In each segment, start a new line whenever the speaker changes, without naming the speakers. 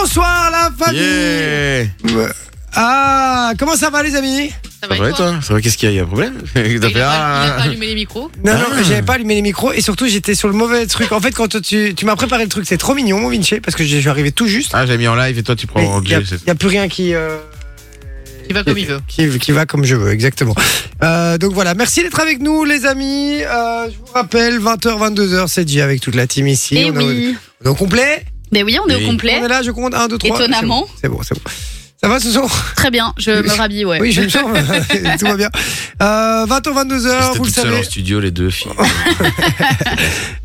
Bonsoir la famille
Yeah
Ah, comment ça va les amis
Ça
Ça
va et
va et
toi
toi Ça va, qu'est-ce qu'il y a Il y a un problème T'as
Ah bah, Il a
fait,
pas- il a pas
ah,
allumé les micros.
Non, non,
Ah.
j'avais pas allumé les micros et surtout j'étais sur le mauvais truc. En fait, quand tu, tu m'as préparé le truc, c'est trop mignon, mon Vinci, parce que je suis arrivé tout juste.
Ah, j'ai mis en live et toi tu prends
Il
en
n'y a,
Dieu, c'est-
y a plus rien qui, euh,
Il va comme il veut.
qui, qui va comme je veux, exactement. Euh, donc voilà, merci d'être avec nous les amis. Euh, je vous rappelle, 20h, 22h, c'est J avec toute la team ici.
Et
on, est au-
Eh oui.
on est au complet
Ben oui, on est
Oui.
au complet.
On est là, je compte 1, 2, 3.
Étonnamment.
C'est bon, c'est bon. Ça va ce soir
Très bien, je me rhabille, ouais.
Oui, je me sens. tout va bien. Euh, 20h, 22h,
C'était
vous le
toute seule hein.
savez.
en studio, les deux filles.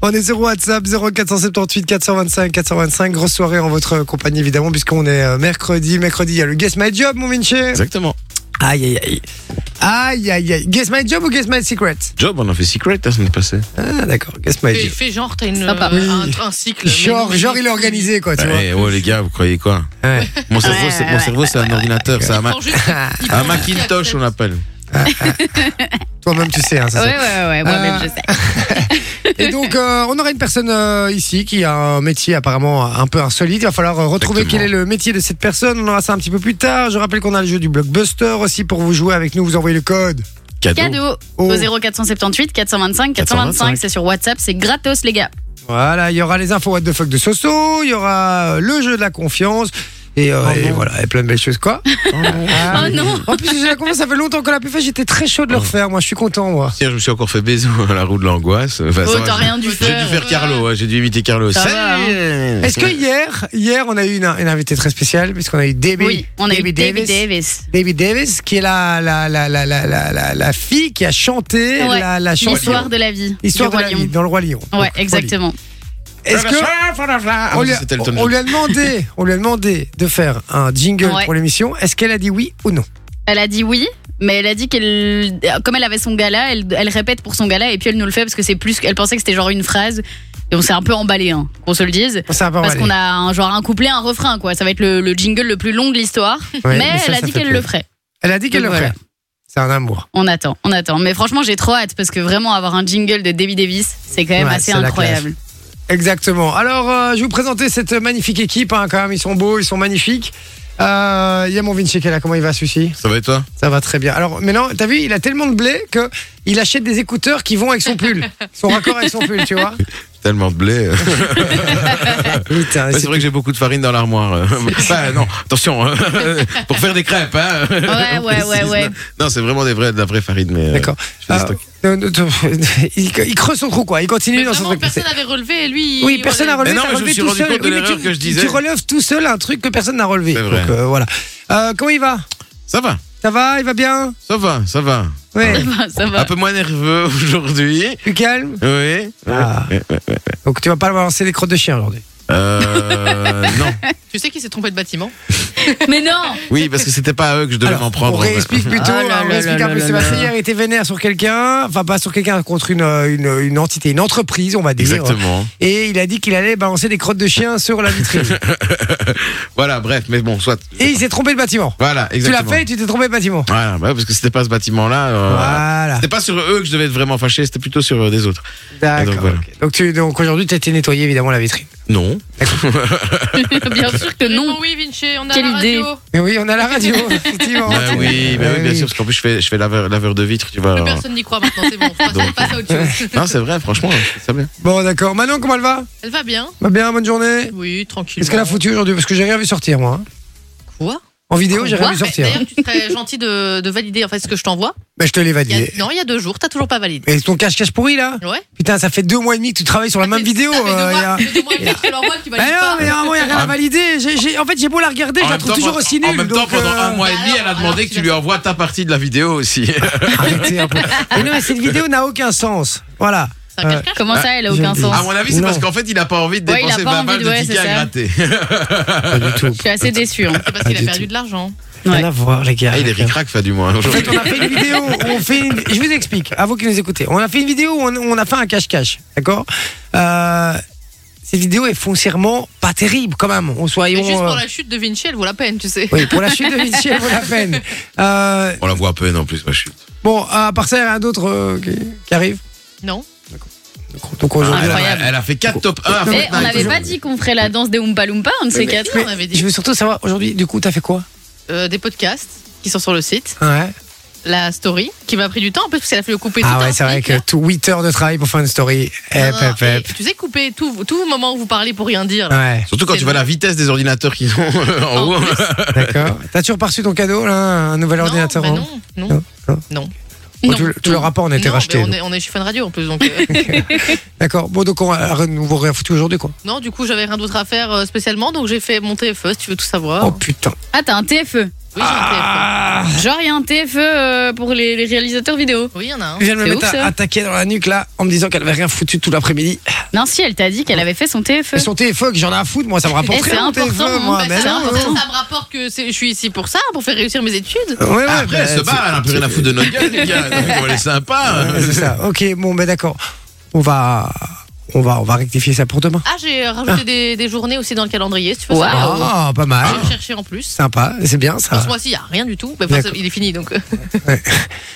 On est 0 WhatsApp 0478 425 425. Grosse soirée en votre compagnie évidemment puisqu'on est euh, mercredi. Mercredi, il y a le Guess My Job, mon Vinci.
Exactement.
Aïe aïe aïe. Aïe aïe aïe. Guess My Job ou Guess My Secret
Job, on a fait Secret hein, la semaine passée.
Ah d'accord, Guess My
Il
Job.
fait genre, t'as une,
Sympa.
euh, un, un cycle. mais
Genre,
non,
genre il est organisé quoi, tu
Eh,
vois.
oh les gars, vous croyez quoi
Ah, Ouais.
Mon cerveau,
Ouais,
c'est mon
ouais,
cerveau, c'est un ordinateur, c'est un,
Il
ma-
prend juste- il prend
un
juste
Macintosh, on
la tête.
l'appelle.
Toi-même tu sais. Hein, ça,
Ouais,
ça.
ouais, ouais, moi-même,
Euh,
je sais.
Et donc euh, on aura une personne euh, ici qui a un métier apparemment un peu insolite. Il va falloir euh, retrouver
Exactement.
quel est le métier de cette personne. On aura ça un petit peu plus tard. Je rappelle qu'on a le jeu du blockbuster aussi pour vous jouer avec nous. Vous envoyez le code.
Cadeau.
Cadeau
Oh.
au 0478 425 425, c'est sur WhatsApp, c'est gratos, les gars.
Voilà, il y aura les infos what the fuck de Soso, il y aura euh, le jeu de la confiance. Et, euh,
Oh
et
non.
voilà, et plein de belles choses, quoi. Ah,
Oh non.
En plus, le jeu de la confiance, ça fait longtemps qu'on l'a plus fait, j'étais très chaud de
Oh.
le refaire, moi, je suis content, moi.
Tiens, je me suis encore fait baiser à la roue de l'angoisse. Enfin,
Bah,
ça
Oh,
va,
t'as
j'ai-
rien dû
J'ai dû
faire.
faire Carlo, hein, j'ai dû imiter Carlo.
Ça
Salut
va,
Est-ce que hier, hier, on a eu une, une invitée très spéciale, puisqu'on a eu Debbie,
Oui, on a eu David Davis.
Debbie Davis, qui est la, la, la, la, la, la, la- la fille qui a chanté
Ouais,
la, la chanson
L'histoire de la vie.
Histoire
du
de
Roi
la
Lion.
vie, dans le Roi Lion. Donc,
Ouais,
Roi Lion.
exactement.
Est-ce que.
Ah,
on, lui
oui,
a,
c'était Elton
on-
John.
on lui a demandé, on lui a demandé de faire un jingle
Ouais.
pour l'émission. Est-ce qu'elle a dit oui ou non
Elle a dit oui, mais elle a dit qu'elle, comme elle avait son gala, elle, elle répète pour son gala et puis elle nous le fait parce que c'est plus. Elle pensait que c'était genre une phrase et on s'est un peu emballé, hein, qu'on se le dise.
Ça va pas
Parce
aller.
qu'on a un, genre un couplet, un refrain, quoi. Ça va être le, le jingle le plus long de l'histoire.
Ouais,
mais
mais ça,
elle a
ça
dit
fait
qu'elle
peur.
le ferait.
Elle a dit qu'elle le
Donc
ferait.
voilà.
C'est un amour.
On attend, on attend. Mais franchement, j'ai trop hâte parce que vraiment avoir un jingle de Debbie Davis, c'est quand même
Ouais,
assez
c'est la
incroyable.
Exactement. Alors, euh, je vais vous présenter cette magnifique équipe. hein, quand même, ils sont beaux, ils sont magnifiques. Euh, Il y a mon Vinci qui est là. Comment il va, celui-ci
Ça va et toi
Ça va très bien. Alors, maintenant, t'as vu, il a tellement de blé que il achète des écouteurs qui vont avec son pull. Son raccord avec son pull, tu vois.
Tellement de blé.
Putain,
Ouais,
c'est-
c'est vrai que j'ai beaucoup de farine dans l'armoire. euh. Enfin, non, attention, hein. pour faire des crêpes. Hein.
Ouais, ouais, ouais, ouais.
Non, c'est vraiment des vrais, de la vraie farine, mais. euh,
D'accord.
je fais des
Ah,
stocks.
non, non, non, il, il creuse son trou, quoi. Il continue
Mais
dans son
vraiment,
truc.
personne n'avait relevé et lui.
Oui,
il
personne n'a
relève.
relevé.
Mais non,
t'as
mais je
relevé
me suis
tout
rendu
seul.
compte de
Oui, mais
l'erreur
tu-
que je disais.
Tu relèves tout seul un truc que personne n'a relevé.
C'est vrai.
Donc, euh, voilà. Euh, comment il va
Ça va,
Ça va Il va bien
ça va, ça va.
Ouais.
bah, ça
Un
Ah,
va.
peu moins nerveux aujourd'hui.
Plus calme
Oui.
Ah.
Ouais, ouais, ouais.
Donc tu vas pas lancer les crottes de chien aujourd'hui.
Euh, non.
Tu sais qu'il s'est trompé de bâtiment
Mais non
Oui, parce que c'était pas à eux que je devais
Alors,
m'en prendre.
On réexplique plutôt.
Ah là
hein, on
là
réexplique
là
un peu.
là
Sébastien
là.
hier était vénère sur quelqu'un, enfin pas sur quelqu'un, contre une, euh, une, une entité, une entreprise, on va dire.
Exactement.
Et il a dit qu'il allait balancer des crottes de chien sur la vitrine.
Voilà, bref, mais bon, soit.
et il s'est trompé de bâtiment.
Voilà,
Tu l'as
exactement.
fait et tu t'es trompé de bâtiment.
Voilà, bah, parce que c'était pas ce bâtiment-là. euh,
Voilà.
C'était pas sur eux que je devais être vraiment fâché, c'était plutôt sur euh, des autres.
D'accord.
donc, voilà.
ok. Donc, tu- donc aujourd'hui, tu as été nettoyé évidemment la vitrine.
Non.
Bien sûr que
Réponds
non.
Oui, Vinci, on a
Quelle
la radio.
idée.
Mais oui, on a la radio, effectivement.
Bah oui, bah oui,
Bah
bien
oui.
sûr, parce qu'en plus je fais, je fais laveur, laveur de vitre, tu vois.
Plus
alors.
personne n'y croit maintenant, c'est bon. On passe-
Donc.
on passe à autre chose.
Hein
Non, c'est vrai, franchement, je fais ça bien.
Bon, d'accord. Manon, comment elle va
Elle va bien
Va bien, bonne journée.
Oui, tranquille.
Qu'est-ce qu'elle a foutu aujourd'hui Parce que j'ai rien vu sortir, moi. hein.
Quoi
En vidéo, j'ai rien
Quoi Bah,
vu
Mais
sortir.
D'ailleurs, tu serais gentil de, de valider en fait ce que je t'envoie.
Mais je te l'ai
Il y
validé.
a- Non, il y a deux jours, t'as toujours pas validé.
Et ton cache-cache pourri, là
Ouais.
Putain, ça fait deux mois et demi que tu travailles sur la même vidéo.
Ça fait deux
euh, y
mois-
a-
ça fait deux mois et demi que je te l'envoie, tu
Bah
valides
non,
pas.
mais normalement, il n'y a rien à valider. J'ai- j'ai- En fait, j'ai beau la regarder, je la trouve toujours aussi nulle.
en même temps,
donc,
pendant
euh,
un mois et demi, elle a
alors,
demandé que tu lui envoies ta partie de la vidéo aussi.
arrêtez un peu. Mais non, mais cette vidéo n'a aucun sens. Voilà.
C'est un cache-cache.
Comment ça, elle a
je
aucun
dis-
sens
à mon avis, c'est
Non.
parce qu'en fait, il a pas envie de
Ouais, il a
dépenser
pas
20
envie
balles
de-
de
ouais,
tickets
c'est
à
ça.
gratter.
Pas du tout.
Je suis assez déçue. hein.
C'est parce
Pas
qu'il
Ah,
a
du
perdu
tout.
de l'argent.
Rien
Ouais.
à voir, les gars.
Ah, il est ricrac, fait du moins.
En fait,
aujourd'hui.
on a fait une vidéo où on fait une- Je vous explique, à vous qui nous écoutez. On a fait une vidéo où on, on a fait un cache-cache, d'accord Euh, Cette vidéo est foncièrement pas terrible, quand même. On euh, soit...
Et juste
on-
pour la chute de Vinci, elle vaut la peine, tu sais.
Oui, pour la chute de Vinci, elle vaut la peine. Euh,
On la voit à peine en plus, ma chute.
bon, à part ça, il y a rien d'autre euh, qui, qui arrive
Non
Donc aujourd'hui,
elle, a-
Incroyable.
elle a fait 4 top 1
Ah,
à
Mais
Fortnite.
on n'avait pas dit qu'on ferait la danse des Oompa Loompa, on ne sait quatre.
on avait dit.
je veux surtout savoir aujourd'hui, du coup, t'as fait quoi
Euh, des podcasts qui sont sur le site.
Ouais.
La story qui m'a pris du temps un peu parce qu'elle a fait le couper tout
Ah
un
ouais, c'est vrai
speak,
que
là.
tout 8 heures de travail pour faire une story. Eh,
Non,
Hep,
non,
hep,
et
hep.
Tu sais couper tout, tout moment où vous parlez pour rien dire. là.
Ouais,
Surtout quand
C'est
tu vois
vrai.
la vitesse des ordinateurs qu'ils ont euh, en
En
haut.
plus,
d'accord. T'as toujours reçu ton cadeau, là, un nouvel
non,
ordinateur
bah
en-
non, non,
Non, non.
non.
Bon,
Non,
tout, le- tout le
non.
rapport, on a été
Non,
racheté.
mais on
donc.
est, on est chez Fun Radio en plus. Donc, euh,
D'accord. Bon, donc on va à nouveau rien foutu aujourd'hui, quoi.
non, du coup, j'avais rien d'autre à faire euh, spécialement, donc j'ai fait mon TFE si tu veux tout savoir.
Oh Ah. putain.
Ah, t'as un TFE.
Oui, j'ai un E. TFE.
Genre, il y a un TFE euh, pour les, les réalisateurs vidéo.
Oui, il y en a un.
Je viens de me
C'est
mettre
ouf,
à-
ça.
attaquer dans la nuque, là, en me disant qu'elle avait rien foutu tout l'après-midi.
Non, si, elle t'a dit qu'elle avait fait son E. TFE.
Et son TFE, que j'en ai à foutre, moi, ça me rapporte
Eh, c'est
rien. mon
important,
TFE,
mon
moi,
bac,
mais
c'est
non.
important.
Bah, Ça, ça me rapporte que c'est- je suis ici pour ça, pour faire réussir mes études.
Ouais, ouais,
Après,
bah,
elle se bat, elle a un peu rien à foutre de notre gueule, les gars. Elle est sympa.
Ouais, c'est ça. Ok, bon, ben d'accord. On va, on va, on va rectifier ça pour demain.
Ah, j'ai rajouté des, des journées aussi dans le calendrier, si tu veux
Wow.
savoir.
Ah, pas
Je
mal.
vais le chercher en plus.
Sympa, c'est bien
Pour
ça.
ce mois-ci, il n'y a rien du tout. Mais enfin,
Ah. D'accord.
ça- il est fini, donc euh,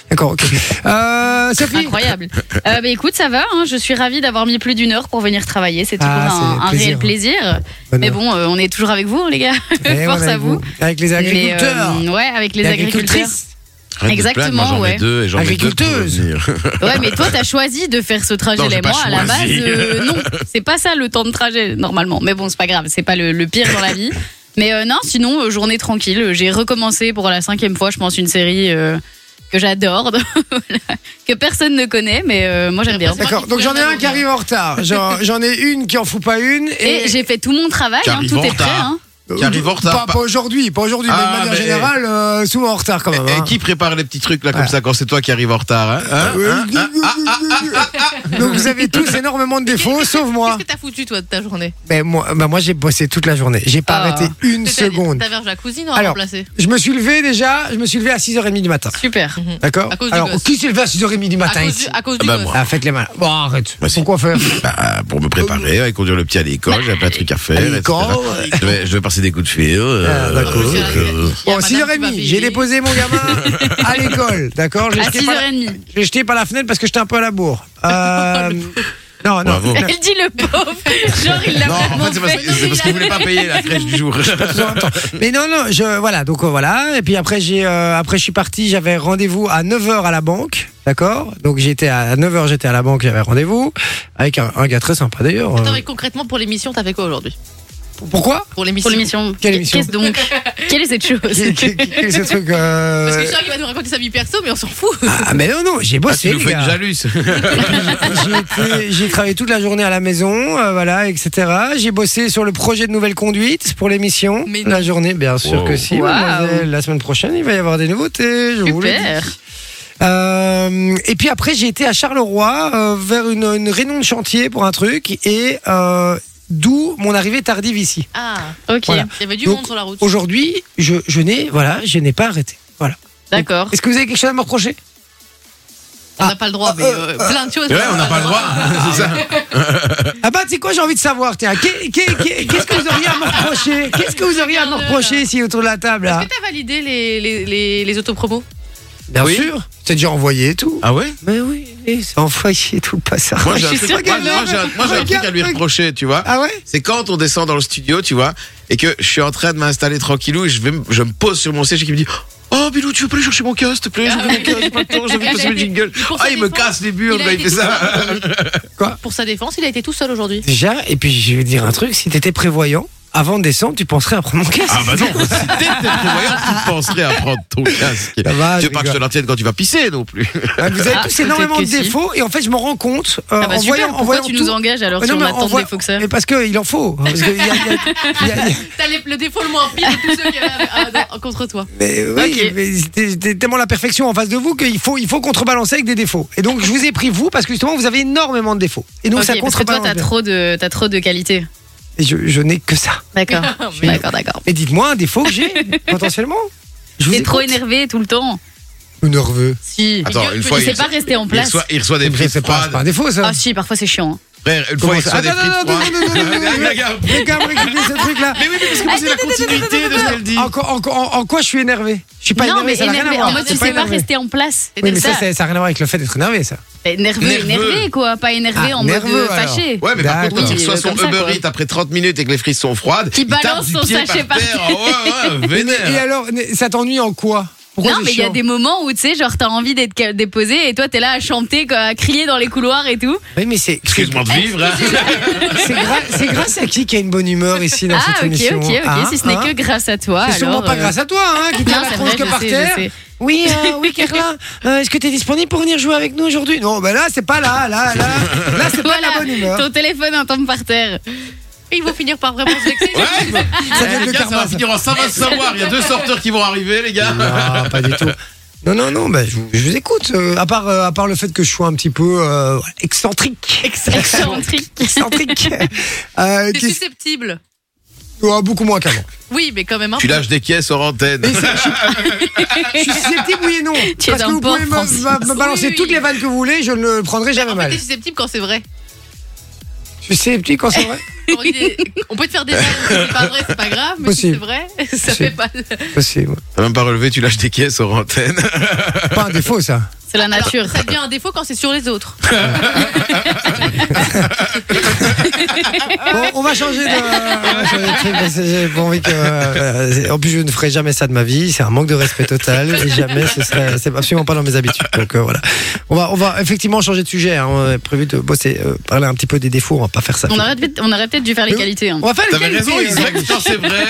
D'accord, ok. Euh, Sophie.
Incroyable. Euh, bah, écoute, ça va. hein, je suis ravie d'avoir mis plus d'une heure pour venir travailler. C'est toujours
Ah,
un,
c'est
un
plaisir,
réel
hein.
plaisir. Mais bon, euh, on est toujours avec vous, les gars.
Eh,
Force
voilà,
à vous.
Avec les
Mais,
agriculteurs.
euh, ouais, avec les, agriculteurs.
agricultrices.
Exactement, ouais.
deux, et j'en mets deux pour
Agriculteuse.
revenir.
Ouais, mais toi, t'as choisi de faire ce trajet.
Non, j'ai
là
pas
moi, à la base,
choisi.
euh, non, c'est pas ça le temps de trajet normalement. Mais bon, c'est pas grave, c'est pas le, le pire dans la vie. Mais euh, non, sinon, euh, journée tranquille. J'ai recommencé pour la cinquième fois, je pense, une série euh, que j'adore, voilà, que personne ne connaît, mais euh, moi j'aime bien.
D'accord, donc j'en ai un qui arrive en retard. J'en j'en ai une qui en fout pas une. Et, Euh,
Et j'ai fait tout mon travail,
Qui
hein,
arrive
tout
en
est prêt.
retard.
hein.
Qui arrive en retard,
Pas,
pas-
pas aujourd'hui, pas aujourd'hui, mais de
Ah,
manière
mais-
générale, euh, souvent en retard quand même.
Et
hein.
qui prépare les petits trucs là comme
Ouais.
ça quand c'est toi qui arrives en retard hein Hein
Euh,
Hein
Donc vous avez tous énormément de défauts, sauf moi.
qu'est-ce que t'as foutu, toi, de ta journée
Mais moi, bah moi j'ai bossé toute la journée. J'ai pas
Ah.
arrêté une
T'étais-
seconde.
T'avais un jacuzzi, non, à
Alors,
remplacer
Je me suis levé déjà, je me suis levé à 6h30 du matin.
Super.
D'accord
À cause du
Alors,
gosse.
qui s'est levé à 6h30 du
À
matin
cause du,
ici
à cause
Ah
du
bah,
gosse.
moi.
Ah, faites les malins. Bon, arrête.
Bah, si.
Pourquoi faire
Bah, pour me préparer, et conduire le petit à l'école, j'ai plein de trucs à faire.
Allez,
etc.
quand
je, vais, je vais passer des coups de fil. euh,
Ah, d'accord.
euh,
Il y a- il y a
Bon,
madame qui va
6h30,
payer.
j'ai déposé mon gamin à l'école. D'accord Je l'ai
À
jeté par la-
6h30.
je l'ai jeté par la fenêtre parce que j'étais un peu à la bourre. Euh, Non, non.
Bravo.
Elle dit le pauvre. Genre, il l'a
Non, en
vraiment
fait, c'est parce,
fait.
que- c'est parce qu'il voulait pas payer la crèche du jour.
Mais non, non, je, voilà, donc euh, voilà. Et puis après, j'ai, euh, après, je suis parti, j'avais rendez-vous à 9h à la banque, d'accord Donc j'étais à 9h, j'étais à la banque, j'avais rendez-vous avec un, un gars très sympa d'ailleurs.
Attends,
Euh,
mais concrètement, pour l'émission, t'as fait quoi aujourd'hui
Pourquoi
Pour l'émission
Pour l'émission.
Quelle émission
Qu'est-ce donc Quelle est cette chose
Quel quel est ce truc euh,
Parce que je suis sûr qu'il va nous raconter sa vie perso, mais on s'en fout.
Ah, mais non, non, j'ai
Ah, tu
bossé.
nous
les
fais une
gars.
jalouse.
J'ai été- j'ai travaillé toute la journée à la maison, euh, voilà, etc. J'ai bossé sur le projet de nouvelle conduite pour l'émission.
Mais non.
La journée, bien sûr
Wow.
que si.
Wow.
mademoiselle. La semaine prochaine, il va y avoir des nouveautés. Je vous le dis.
Super.
Euh, et puis après, j'ai été à Charleroi euh, vers une, une réunion de chantier pour un truc et euh, d'où mon arrivée tardive ici.
Ah,
Ok,
Voilà.
il y avait du
Donc,
monde sur la route.
Aujourd'hui, je, je n'ai voilà, je n'ai pas arrêté. Voilà.
d'accord.
Est-ce que vous avez quelque chose à me reprocher
On n'a pas le droit, mais euh, plein de choses.
Ouais, on n'a pas le droit. c'est ça.
Ah bah, tu sais quoi, j'ai envie de savoir. Tiens, qu'est- qu'est- qu'est- qu'est-ce que vous auriez à me reprocher Qu'est-ce que vous auriez à me reprocher ici autour de la table
Est-ce
là
que t'as validé les, les, les, les autopromos
Bien
Oui.
sûr. C'est déjà envoyé et tout.
Ah ouais
Mais ben oui, oui, c'est envoyé tout le passage.
Moi, j'ai un
Je suis
truc-
sûre
moi,
qu'elle
moi, j'ai un- moi, j'ai un truc à lui
Regarde,
reprocher, tu vois.
Ah ouais
C'est quand on descend dans le studio, tu vois, et que je suis en train de m'installer tranquillou et je, vais, me- je me pose sur mon siège et qu'il me dit Oh, Bilou, tu veux pas aller chercher mon casque, s'il te plaît Je veux mon casque, j'ai pas le temps, j'ai envie de passer mes jingles.
Pour sa
Ah, il me
défense,
casse les burnes,
il a
là, il
été
fait
tout
ça.
seul.
Quoi
Pour sa défense, il a été tout seul aujourd'hui.
Déjà, et puis je vais dire un truc, si t'étais prévoyant, avant de descendre, tu penserais à prendre mon casque.
Ah, bah non, si t'étais prévoyant, tu penserais à prendre ton casque.
Ça va,
tu
je
veux pas que je te
rigole.
l'entienne quand tu vas pisser non plus.
Ah, Vous avez
Ah,
tous
peut-être
énormément de
que si.
défauts, et en fait, je me rends compte euh,
Ah bah
en
super,
voyant, en
pourquoi
voyant
tu
tout.
nous engages alors
Mais
si
non,
on
mais
attend
en Eh voit-
des faux que ça
Mais parce qu'il en faut. hein, Parce que y a- y a- y a- y a-
T'as les- le défaut le moins pire de tous ceux qui avaient ah, contre toi.
Mais oui,
Ok.
mais c'était- c'était tellement la perfection en face de vous qu'il faut, il faut contrebalancer avec des défauts. Et donc, je vous ai pris vous parce que justement, vous avez énormément de défauts. Et donc,
Ok,
ça
parce que toi,
contrebalance.
t'as
bien.
trop de, t'as trop de qualités.
Et je je n'ai que ça.
D'accord.
Mais-
d'accord, d'accord.
Mais dites-moi un défaut que j'ai, potentiellement. Je vous
T'es
écoute. Ah,
trop énervé tout le temps.
nerveux.
Si.
Attends,
gueule,
une
tu
fois, il,
Il sait pas rester en
il
place.
reçoit, il reçoit des
C'est
prises
pas, c'est pas
froides.
un défaut, ça.
Ah si, parfois c'est chiant. hein.
Frère, une
Comment
fois, il
ça
reçoit des
Attends,
frites
non, non,
froides.
non, non, non, non, non, non, non.
Regarde, regarde.
Faut quand même récupérer ce truc-là.
Mais oui, mais parce que moi, c'est la continuité de ce qu'elle dit.
En, quoi- en quoi- en- en quoi je suis énervé Je suis pas
non,
énervé,
mais
ça n'a rien à
énervé.
voir.
En mode,
C'est
tu
pas
sais pas
énervé.
rester en place.
Oui,
C'était
mais ça,
ça.
c'est- ça n'a rien à voir avec le fait d'être énervé, ça.
Bah, Nerveux,
Nerveux.
énervé, quoi. Pas énervé
Ah,
en mode
nerveux,
euh,
alors.
fâché.
Ouais, mais par contre, quand
D'accord.
il reçoit
Oui,
son
comme ça,
Uber
quoi.
Eats après 30 minutes et que les frites sont froides,
Qui
il tape
balance
du
son
pied
sachet
par
par
terre. Ouais, ouais,
Et
vénère.
alors, ça t'ennuie en quoi Pourquoi
non,
c'est
mais il y a
chiant
des moments où, tu sais, genre, t'as envie d'être ca- déposé et toi, t'es là à chanter, quoi, à crier dans les couloirs et tout.
Oui, mais c'est c'est-
Excuse-moi de vivre. hein.
c'est gra- c'est grâce à qui qu'il y a une bonne humeur ici dans
Ah,
cette
ok,
émission
ok, ok.
hein,
si ce n'est
hein
que grâce à toi.
C'est sûrement
alors,
pas
euh,
grâce à toi, hein, qui tient
Non,
la
c'est
tronche
vrai,
que
je
par
sais, je
terre.
sais.
Oui, euh, oui, Carla, euh, est-ce que t'es disponible pour venir jouer avec nous aujourd'hui Non, ben là, c'est pas là, là, là. Là, c'est pas de la
Voilà,
bonne humeur.
ton téléphone en tombe par terre.
Et ils vont finir par vraiment se vexer.
Ouais, bah,
Ça vient de
eh, les gars, ça
karma,
va
ça.
finir en ça va se savoir. Il y a deux sorteurs qui vont arriver, les gars.
Non, pas du tout. Non, non, non, bah, je, vous, je vous écoute. euh, à, part, euh, à part le fait que je sois un petit peu euh, excentrique.
Excentrique.
Excentrique. Euh,
T'es
qu'est-ce-
susceptible.
Oh, beaucoup moins qu'avant.
Oui, mais quand même un
hein.
Tu
peu.
lâches des caisses hors antenne.
Mais c'est- je suis susceptible, oui et non.
Tu es
Parce que
d'un
vous
porc,
pouvez me,
Francis. Bah,
me- me balancer
Oui, oui.
toutes les vannes que vous voulez, je ne le prendrai jamais
En fait,
mal.
t'es susceptible quand c'est vrai.
Je suis susceptible quand c'est vrai.
Quand il est- On peut te faire des vannes, si c'est pas vrai, c'est pas grave, mais si
Possible.
c'est vrai, ça
Possible.
fait pas.
Possible.
T'as même pas relevé, tu lâches des caisses hors antenne.
Pas un défaut, ça.
C'est la
Alors,
nature.
ça devient un défaut quand c'est sur les autres.
Ah
Bon, on va changer de. on va changer de truc, parce que J'ai pas envie que. euh, c'est- en plus, je ne ferai jamais ça de ma vie. C'est un manque de respect total. Et jamais, ce serait. C'est absolument pas dans mes habitudes. Donc euh, voilà. On va, on va effectivement changer de sujet. hein. On a prévu de bosser, euh, parler un petit peu des défauts. On va pas faire ça.
On aurait, peut- on aurait peut-être dû faire les
Mais-
qualités. hein.
On va faire les
T'avais
qualités.
raison, Isaac,
aujourd'hui.
putain, c'est vrai.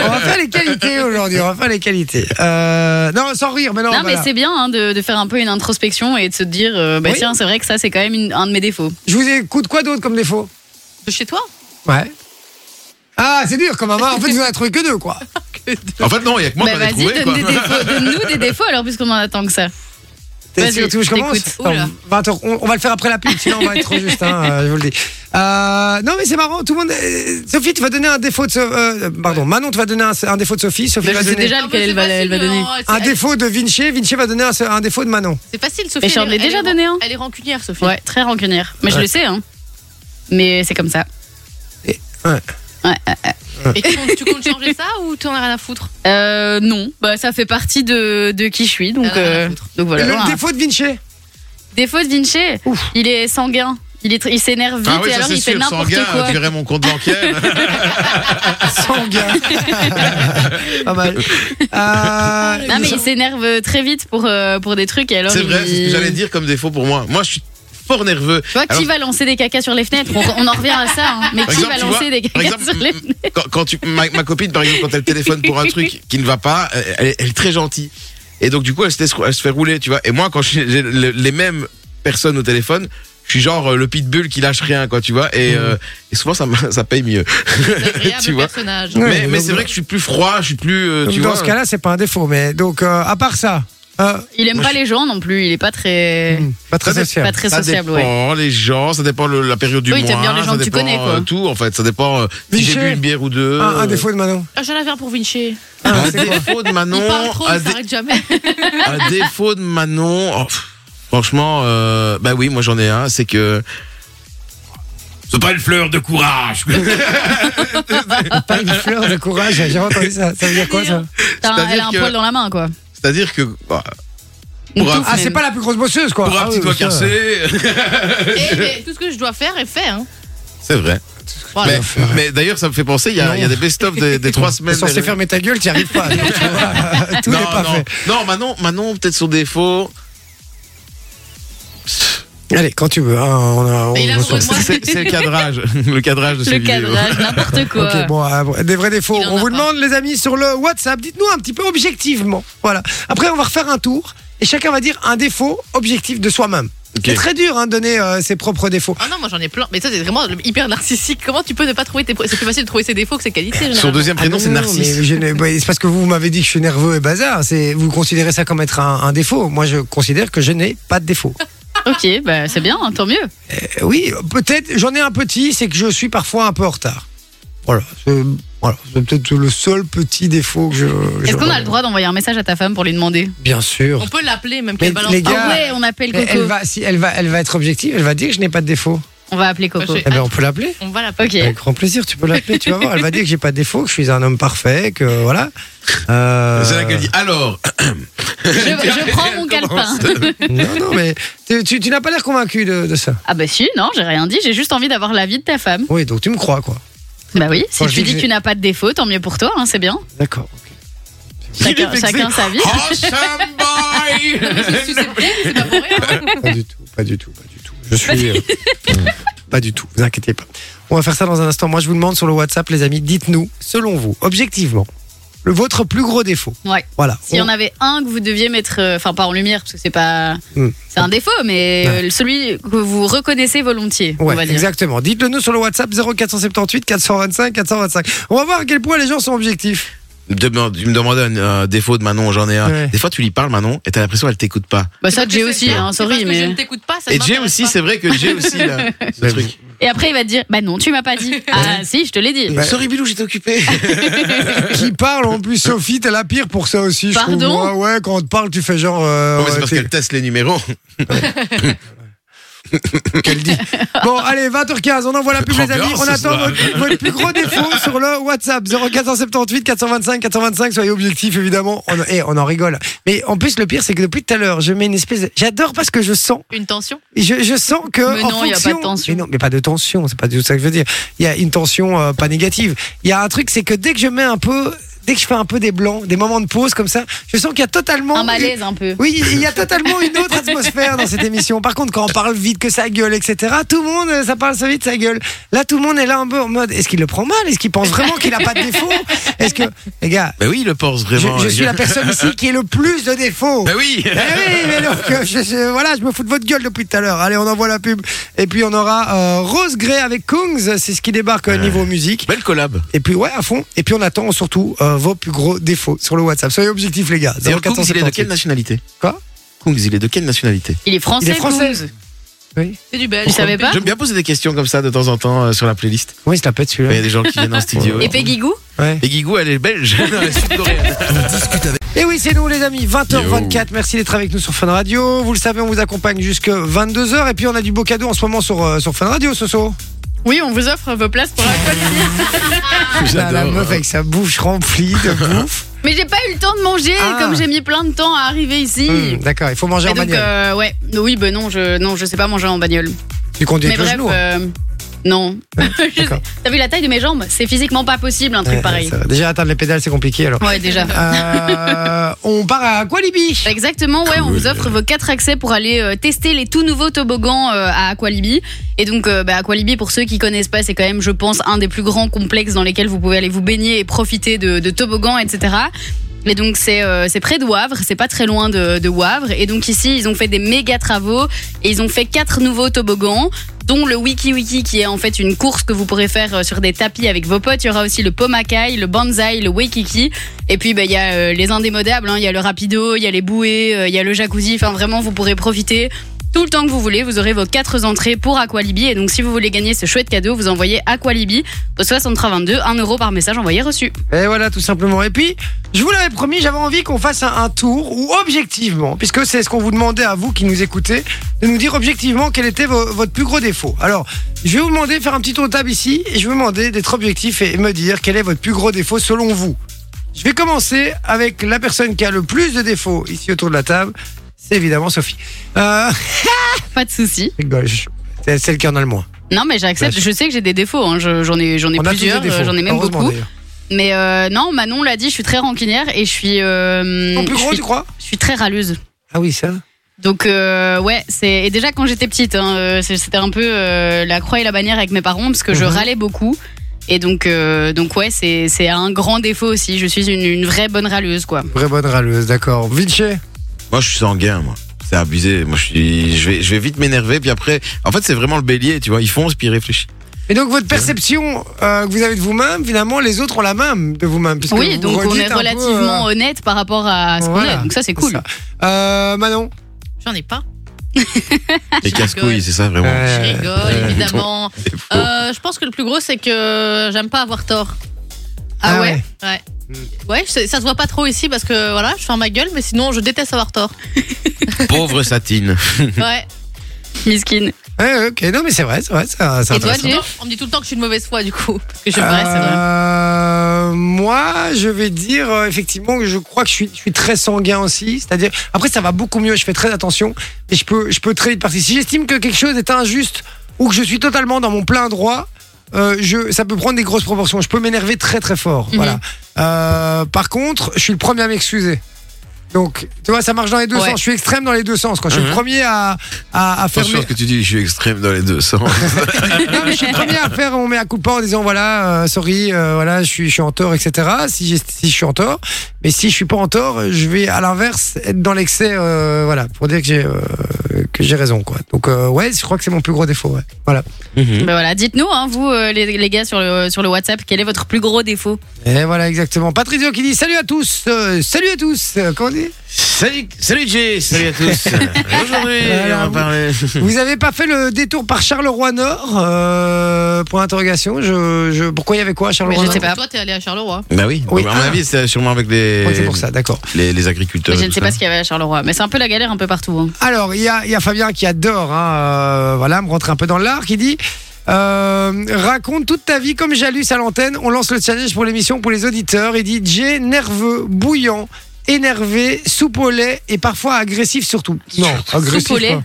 On va faire les qualités aujourd'hui. On va faire les qualités. Euh, non, sans rire, mais non.
Non, mais
voilà.
c'est bien hein, de, de faire un peu une introspection et de se dire, euh, bah
Oui.
tiens, c'est vrai que ça, c'est quand même une- un de mes défauts.
Je vous écoute quoi d'autre comme défaut
De chez toi
Ouais. Ah, c'est dur quand même. hein. En fait, vous en avez trouvé que deux, quoi.
En fait, non, il y a que moi
bah
qui en ai
vas-y,
trouvé.
donne
quoi.
des défauts. Donne-nous des défauts alors, puisqu'on en attend que ça.
T'es
Vas-y,
sûr, tu veux que je
je
commence
t'écoute.
Attends,
Oula.
vingt heures, on, on va le faire après la pub, sinon on va être trop juste, hein, euh, je vous le dis. Euh, non, mais c'est marrant, tout le monde. euh, Sophie, tu vas donner un défaut de. So- euh, pardon, Manon, tu vas donner un, un défaut de Sophie. Sophie
Bah,
va
je sais
donner
déjà.
Non, mais
Quel qu'elle
Ah, c'est
va- elle va
facile,
donner.
hein, c'est-
un défaut de Vinci. Vinci va donner un, un défaut de Manon.
C'est facile, Sophie.
Mais je
elle
l'ai
est-
déjà
elle est-
donné un.
Elle est rancunière, Sophie.
Ouais, très rancunière. Mais je
Ouais.
le sais, hein. Mais c'est comme ça.
Et- ouais.
Ouais, ouais.
Et tu comptes, tu comptes changer ça ou t'en as rien à foutre
Euh, non, bah, ça fait partie de, de qui je suis, donc,
Ah, rien à
euh,
foutre.
donc voilà.
Et le
Voilà.
défaut de Vinci
Défaut de Vinci, il est sanguin. Il, est, tr- il s'énerve vite
Ah oui,
et
ça
alors
c'est
il fait
sûr, euh, sans
n'importe
gain,
quoi.
tu verrais mon compte bancaire.
Sanguin. Pas mal. Euh,
Non, mais il s'énerve très vite pour, euh, pour des trucs et alors.
C'est
il-
vrai, c'est ce que j'allais dire comme défaut pour moi. Moi, je suis fort nerveux.
Tu vois, qui
Alors-
va lancer des cacas sur les fenêtres on, on en revient à ça, hein. mais
Par
qui
exemple,
va
tu
lancer
vois,
des
par
cacas
exemple, euh,
sur les fenêtres
Quand, quand tu, ma, ma copine, par exemple, quand elle téléphone pour un truc qui ne va pas, elle, elle- elle est très gentille. Et donc, du coup, elle se, laisse- elle se fait rouler, tu vois. Et moi, quand j'ai j'ai le- les mêmes personnes au téléphone, je suis genre euh, le pitbull qui lâche rien, quoi, tu vois.
Mmh.
Et, euh, et souvent, ça, me- ça paye mieux.
Désagréable
Tu vois.
personnage.
Ouais,
mais mais
donc-
c'est vrai que je suis plus froid, je suis plus. euh, tu
dans
vois,
ce cas-là, c'est pas un défaut, mais donc, euh, à part ça. euh,
Il aime
Moi,
pas les gens non plus, il est pas très.
hmm, pas très
Ça dépend.
social.
Pas très
ça
sociable, ouais.
dépend les gens, ça dépend le- la période du
Oui,
mois,
t'aimes bien les gens
ça
que tu
dépend,
connais, quoi.
euh, tout en fait, ça dépend euh, si j'ai
Vichy.
bu une bière ou deux.
Un, un
euh,
défaut de Manon.
Ah, J'en avais un pour Vinci.
Ah,
Un
c'est quoi
défaut de
il parle
Manon,
trop,
un
il
dé-
s'arrête jamais.
un défaut de Manon, oh, pff, franchement, euh, bah oui, moi j'en ai un, c'est que. C'est pas une fleur de courage.
Ah,
Pas une fleur de courage, j'ai jamais entendu ça. Ça veut dire quoi ça
T'as un-
C'est-à-dire
Elle a un
que-
poil dans la main, quoi.
C'est-à-dire que bah,
Une
Pour un-
touffe,
Ah,
même.
c'est pas la plus grosse bosseuse, quoi.
pour un
Ah
petit
oui,
doigt
ça,
cassé,
Et, mais tout ce que je dois faire est fait. Hein. Oh,
c'est vrai.
Voilà.
Ah,
Mais, mais d'ailleurs, ça me fait penser, il y a, il y a des best-of des, des trois
T'es
semaines.
censé
des-
fermer ta gueule, t'y arrives pas. donc, tu vois, Tout n'est
non,
pas
non. non, Manon, Manon, peut-être son défaut.
fait. Allez, quand tu veux. hein, on a- on-
Mais il a
on
amoureux de
s'en-
moi.
C'est c'est le cadrage, le cadrage de
Le
ces vidéos.
cadrage, n'importe quoi.
Ok, bon, euh, bon, des vrais défauts.
Il en
On
a
vous
pas.
demande, les amis, sur le WhatsApp, dites-nous un petit peu objectivement. Voilà. Après, on va refaire un tour et chacun va dire un défaut objectif de soi-même.
Ok.
C'est très dur hein, de donner euh, ses propres défauts.
Ah non, moi j'en ai plein. Mais ça, c'est vraiment le- hyper narcissique. Comment tu peux ne pas trouver tes. pro- C'est plus facile de trouver ses défauts que ses qualités.
Son
généralement.
deuxième prénom,
Ah
c'est
non,
Narcisse.
mais je n'ai- bah, c'est parce que vous m'avez dit que je suis nerveux et bazar. C'est, vous considérez ça comme être un, un défaut. Moi, je considère que je n'ai pas de défaut.
Ok, bah c'est bien, tant mieux.
Euh, oui, peut-être, j'en ai un petit, c'est que je suis parfois un peu en retard. Voilà. C'est, voilà, c'est peut-être le seul petit défaut que je.
Est-ce
je-
qu'on a le droit d'envoyer un message à ta femme pour lui demander
Bien sûr.
On peut l'appeler, même
Mais
qu'elle balance.
les gars,
Ah ouais, on appelle
Mais
Coco.
Elle va, si elle va, elle va être objective. Elle va dire que je n'ai pas de défaut.
On va appeler Coco.
Moi, j'ai-
Eh ben, on peut l'appeler.
On va la
Ok.
Avec grand plaisir, tu peux l'appeler, tu vas voir. Elle va dire que j'ai pas de défaut, que je suis un homme parfait, que voilà. Euh,
C'est là qu'elle dit alors.
Je, je prends mon
Elle
calepin.
commence.
Non, non, mais tu, tu- tu n'as pas l'air convaincu de, de ça.
Ah bah si, non, j'ai rien dit. J'ai juste envie d'avoir l'avis de ta femme.
Oui, donc tu me crois, quoi.
Bah oui, si
Quand je
tu
dis
dis
que
que tu n'as pas de défaut, tant mieux pour toi, hein, c'est bien.
D'accord.
Il est
Chacun,
vexé.
chacun sa vie.
Oh, somebody
C'est c'est pas pour rien.
Pas du tout, pas du tout, pas du tout. Je suis. euh, pas du tout, vous inquiétez pas. On va faire ça dans un instant. Moi, je vous demande sur le WhatsApp, les amis, dites-nous, selon vous, objectivement, le, votre plus gros défaut.
Ouais.
Voilà.
S'il
Oh.
y en avait un que vous deviez mettre, euh, enfin pas en lumière, parce que c'est pas,
Hmm.
c'est un défaut, mais euh, celui que vous reconnaissez volontiers, on
Ouais,
va dire.
exactement. Dites-le nous sur le WhatsApp 0478 425 425. On va voir à quel point les gens sont objectifs.
Demande- Tu me demandais un euh, défaut de Manon, j'en ai un.
Ouais.
Des fois, tu lui parles, Manon, et t'as l'impression qu'elle t'écoute pas.
Bah
C'est
ça, Jay
parce que
aussi,
c'est-
hein,
c'est parce
sorry,
que Je
mais.
ne t'écoute pas, ça ne
Et Jay
m'intéresse
aussi,
pas.
c'est vrai que Jay aussi, là. ce
Mais
truc.
Et après, il va te dire, bah non, tu m'as pas dit. Ah si, je te l'ai dit.
Ouais.
Sorry, Bilou, j'étais occupé.
Qui parle en plus, Sophie, t'es la pire pour ça aussi. je
Pardon
trouve. ouais, ouais, quand on te parle, tu fais genre. euh,
Non, mais c'est
ouais,
parce
t'es-
qu'elle teste les numéros.
qu'elle dit. Bon, allez, 20h15, on envoie la pub, les amis.
Ambiance,
On
ce
attend
soir.
votre, votre plus gros défaut sur le WhatsApp 0478 425 425. Soyez objectifs, évidemment. On, eh, on en rigole. Mais en plus, le pire, c'est que depuis tout à l'heure, je mets une espèce. de- J'adore parce que je sens.
Une tension.
Je, je sens que.
Mais
en
non, il y a pas de
fonction...
tension.
Mais non, mais pas de tension, c'est pas du tout ça que je veux dire. Il y a une tension euh, pas négative. Il y a un truc, c'est que dès que je mets un peu. Dès que je fais un peu des blancs, des moments de pause comme ça, je sens qu'il y a totalement.
Un malaise un peu.
Oui, il y a totalement une autre atmosphère dans cette émission. Par contre, quand on parle vite, que ça gueule, etc., tout le monde, euh, ça parle ça vite, ça gueule. Là, tout le monde est là un peu en mode est-ce qu'il le prend mal Est-ce qu'il pense vraiment qu'il a pas de défaut Est-ce que. Les gars,
Ben oui, il le pense
je,
vraiment.
je suis la personne ici qui est le plus de défauts.
Ben oui
Eh oui, mais donc, euh, je, je- voilà, je me fous de votre gueule depuis tout à l'heure. Allez, on envoie la pub. Et puis, on aura euh, Rose Gray avec Kungs. C'est ce qui débarque euh, niveau musique.
Belle collab.
Et puis, ouais, à fond. Et puis, on attend surtout euh, vos plus gros défauts sur le WhatsApp. Soyez objectifs, les gars.
D'ailleurs, Kungs, il est de
0478.
quelle nationalité
Quoi
Kungs, il est de quelle nationalité
Il est français.
Il est français.
Kouz.
C'est du belge.
Tu savais pas
J'aime bien poser des questions comme ça de temps en temps euh, sur la playlist.
Oui, il se la pète
Il y a
celui-là.
des gens qui viennent en studio.
Et Peggy
Ouais.
Et Guigou, elle est belge. Non, elle est sud-coréenne.
Et oui, c'est nous, les amis. 20h24.
Yo.
Merci d'être avec nous sur Fun Radio. Vous le savez, on vous accompagne jusque 22h. Et puis, on a du beau cadeau en ce moment sur, euh, sur Fun Radio, Soso.
Oui, on vous offre vos places pour la
Ah,
Putain, Ah, la
J'adore.
meuf avec sa bouche remplie de bouffe.
Mais j'ai pas eu le temps de manger,
Ah.
comme j'ai mis plein de temps à arriver ici.
Hum, D'accord, il faut manger
Et
en
donc,
bagnole.
euh, ouais, oui, ben non, je, non, je sais pas manger en bagnole.
Tu conduis
Mais
avec le genou.
bref,
hein.
euh, non. Je sais-
d'accord.
T'as vu la taille de mes jambes C'est physiquement pas possible un truc
Ouais,
pareil.
ça va. Déjà, atteindre les pédales, c'est compliqué alors.
Ouais, déjà.
Euh, on part à Aqualibi.
Exactement, ouais, on vous offre vos quatre accès pour aller euh, tester les tout nouveaux toboggans euh, à Aqualibi. Et donc, euh, bah, Aqualibi, pour ceux qui connaissent pas, c'est quand même, je pense, un des plus grands complexes dans lesquels vous pouvez aller vous baigner et profiter de, de toboggans, etc. Et donc c'est euh, c'est près de Wavre, c'est pas très loin de, de Wavre. Et donc ici ils ont fait des méga travaux et ils ont fait quatre nouveaux toboggans dont le Wiki Wiki qui est en fait une course que vous pourrez faire euh, sur des tapis avec vos potes. Il y aura aussi le Pomakai, le Banzai, le Waikiki. Et puis bah, il y a euh, les indémodables, hein. il y a le Rapido, il y a les bouées, euh, il y a le jacuzzi. Enfin vraiment vous pourrez profiter. Tout le temps que vous voulez, vous aurez vos quatre entrées pour Aqualibi. Et donc, si vous voulez gagner ce chouette cadeau, vous envoyez Aqualibi au 6322, 1 euro par message envoyé reçu.
Et voilà, tout simplement. Et puis, je vous l'avais promis, j'avais envie qu'on fasse un, un tour où, objectivement, puisque c'est ce qu'on vous demandait à vous qui nous écoutez, de nous dire objectivement quel était vo- votre plus gros défaut. Alors, je vais vous demander de faire un petit tour de table ici et je vais vous demander d'être objectif et me dire quel est votre plus gros défaut selon vous. Je vais commencer avec la personne qui a le plus de défauts ici autour de la table. C'est évidemment Sophie. Euh,
Pas de souci.
je rigole, je- c'est celle qui en a le moins.
Non, mais j'accepte. Je sais que j'ai des défauts. hein. Je- J'en ai, j'en ai
Bah, On a tous des
plusieurs.
défauts,
euh, J'en ai même
heureusement,
beaucoup.
d'ailleurs.
Mais euh, non, Manon l'a dit. Je suis très rancunière et je suis, euh,
Ton plus
je
gros,
suis,
tu crois
je suis très râleuse.
Ah oui, ça.
Donc euh, ouais, c'est et déjà quand j'étais petite, hein, euh, c'est- c'était un peu euh, la croix et la bannière avec mes parents parce que je
Mhm.
râlais beaucoup. Et donc, euh, donc ouais, c'est c'est un grand défaut aussi. Je suis une, une vraie bonne râleuse, quoi.
Vraie bonne râleuse, d'accord. Vinci
Moi, je suis sanguin, moi. C'est abusé. Moi, je, suis... je, vais... je vais vite m'énerver. Puis après, en fait, c'est vraiment le bélier, tu vois. Ils foncent, puis ils réfléchissent.
Et donc, votre perception euh, que vous avez de vous-même, finalement, les autres ont la même de vous-même. puisque
oui,
vous
donc on
redites un
est
peu,
relativement
euh,
honnête par rapport à ce qu'on
voilà,
est. Donc ça, c'est
c'est
cool.
ça. euh, Manon
J'en ai pas.
Ah,
Les
Je
casse-couilles,
rigole.
c'est ça, vraiment.
Je
Euh,
rigole,
euh,
évidemment. Euh, je pense que le plus gros, c'est que j'aime pas avoir tort.
Ah ouais.
Ouais. Ouais, je- ça se voit pas trop ici parce que voilà, je ferme ma gueule, mais sinon je déteste avoir tort.
Pauvre Satine.
Ouais.
Mhm.
Miskine.
Ouais, ok, non, mais c'est vrai, c'est vrai, c'est c'est
Et toi,
intéressant.
Jay
On me dit tout le temps que je suis une mauvaise foi, du coup. Parce que je parais, c'est vrai.
Euh, moi, je vais dire euh, effectivement que je crois que je suis, je suis très sanguin aussi. C'est-à-dire, après, ça va beaucoup mieux. Je fais très attention, mais je peux, je peux très vite partir. Si j'estime que quelque chose est injuste ou que je suis totalement dans mon plein droit, euh, je, ça peut prendre des grosses proportions. Je peux m'énerver très très fort.
Mhm.
Voilà. Euh, par contre, je suis le premier à m'excuser. Donc, tu vois, ça marche dans les deux
Ouais.
sens. Je suis extrême dans les deux sens. Quand je suis
Mhm.
le premier à, à, à faire
Attention à
mes-
ce que tu dis, je suis extrême dans les deux sens.
non, mais je suis le premier à faire mon mea culpa en disant voilà, euh, sorry, euh, voilà, je suis, je suis en tort, etc. Si, j'ai- si je suis en tort, mais si je suis pas en tort, euh, je vais à l'inverse être dans l'excès, euh, voilà, pour dire que j'ai euh, que j'ai raison, quoi. Donc euh, ouais, je crois que c'est mon plus gros défaut. ouais. Voilà.
Mhm.
Ben voilà, dites-nous, hein, vous, euh, les, les gars, sur le, sur le WhatsApp, quel est votre plus gros défaut
Et voilà exactement. Patrizio qui dit salut à tous, euh, salut à tous. Euh, comment on dit
salut, salut Jay, salut à tous. Aujourd'hui,
Voilà,
on va
vous-
parler.
Vous avez pas fait le détour par Charleroi Nord euh, Point interrogation. Je, je pourquoi il y avait quoi à
Mais
Charleroi
je
Nord
sais pas. Toi, t'es allé à Charleroi.
Bah oui,
Oui.
mais à mon
Ah.
avis, c'est sûrement avec les,
Ouais, c'est pour ça, d'accord.
les, les agriculteurs.
Euh,
Mais Je
et
ne
tout
sais pas
ça.
ce qu'il y avait à Charleroi, mais c'est un peu la galère un peu partout. hein.
Alors, il y a, il y a Fabien qui adore, hein, euh, voilà, me rentrer un peu dans l'art, qui dit euh, Raconte toute ta vie comme Jalus à l'antenne. On lance le challenge pour l'émission, pour les auditeurs. Il dit J'ai nerveux, bouillant, énervé, soupe au lait et parfois agressif surtout. Non, agressif.
Soupe au lait.
pas.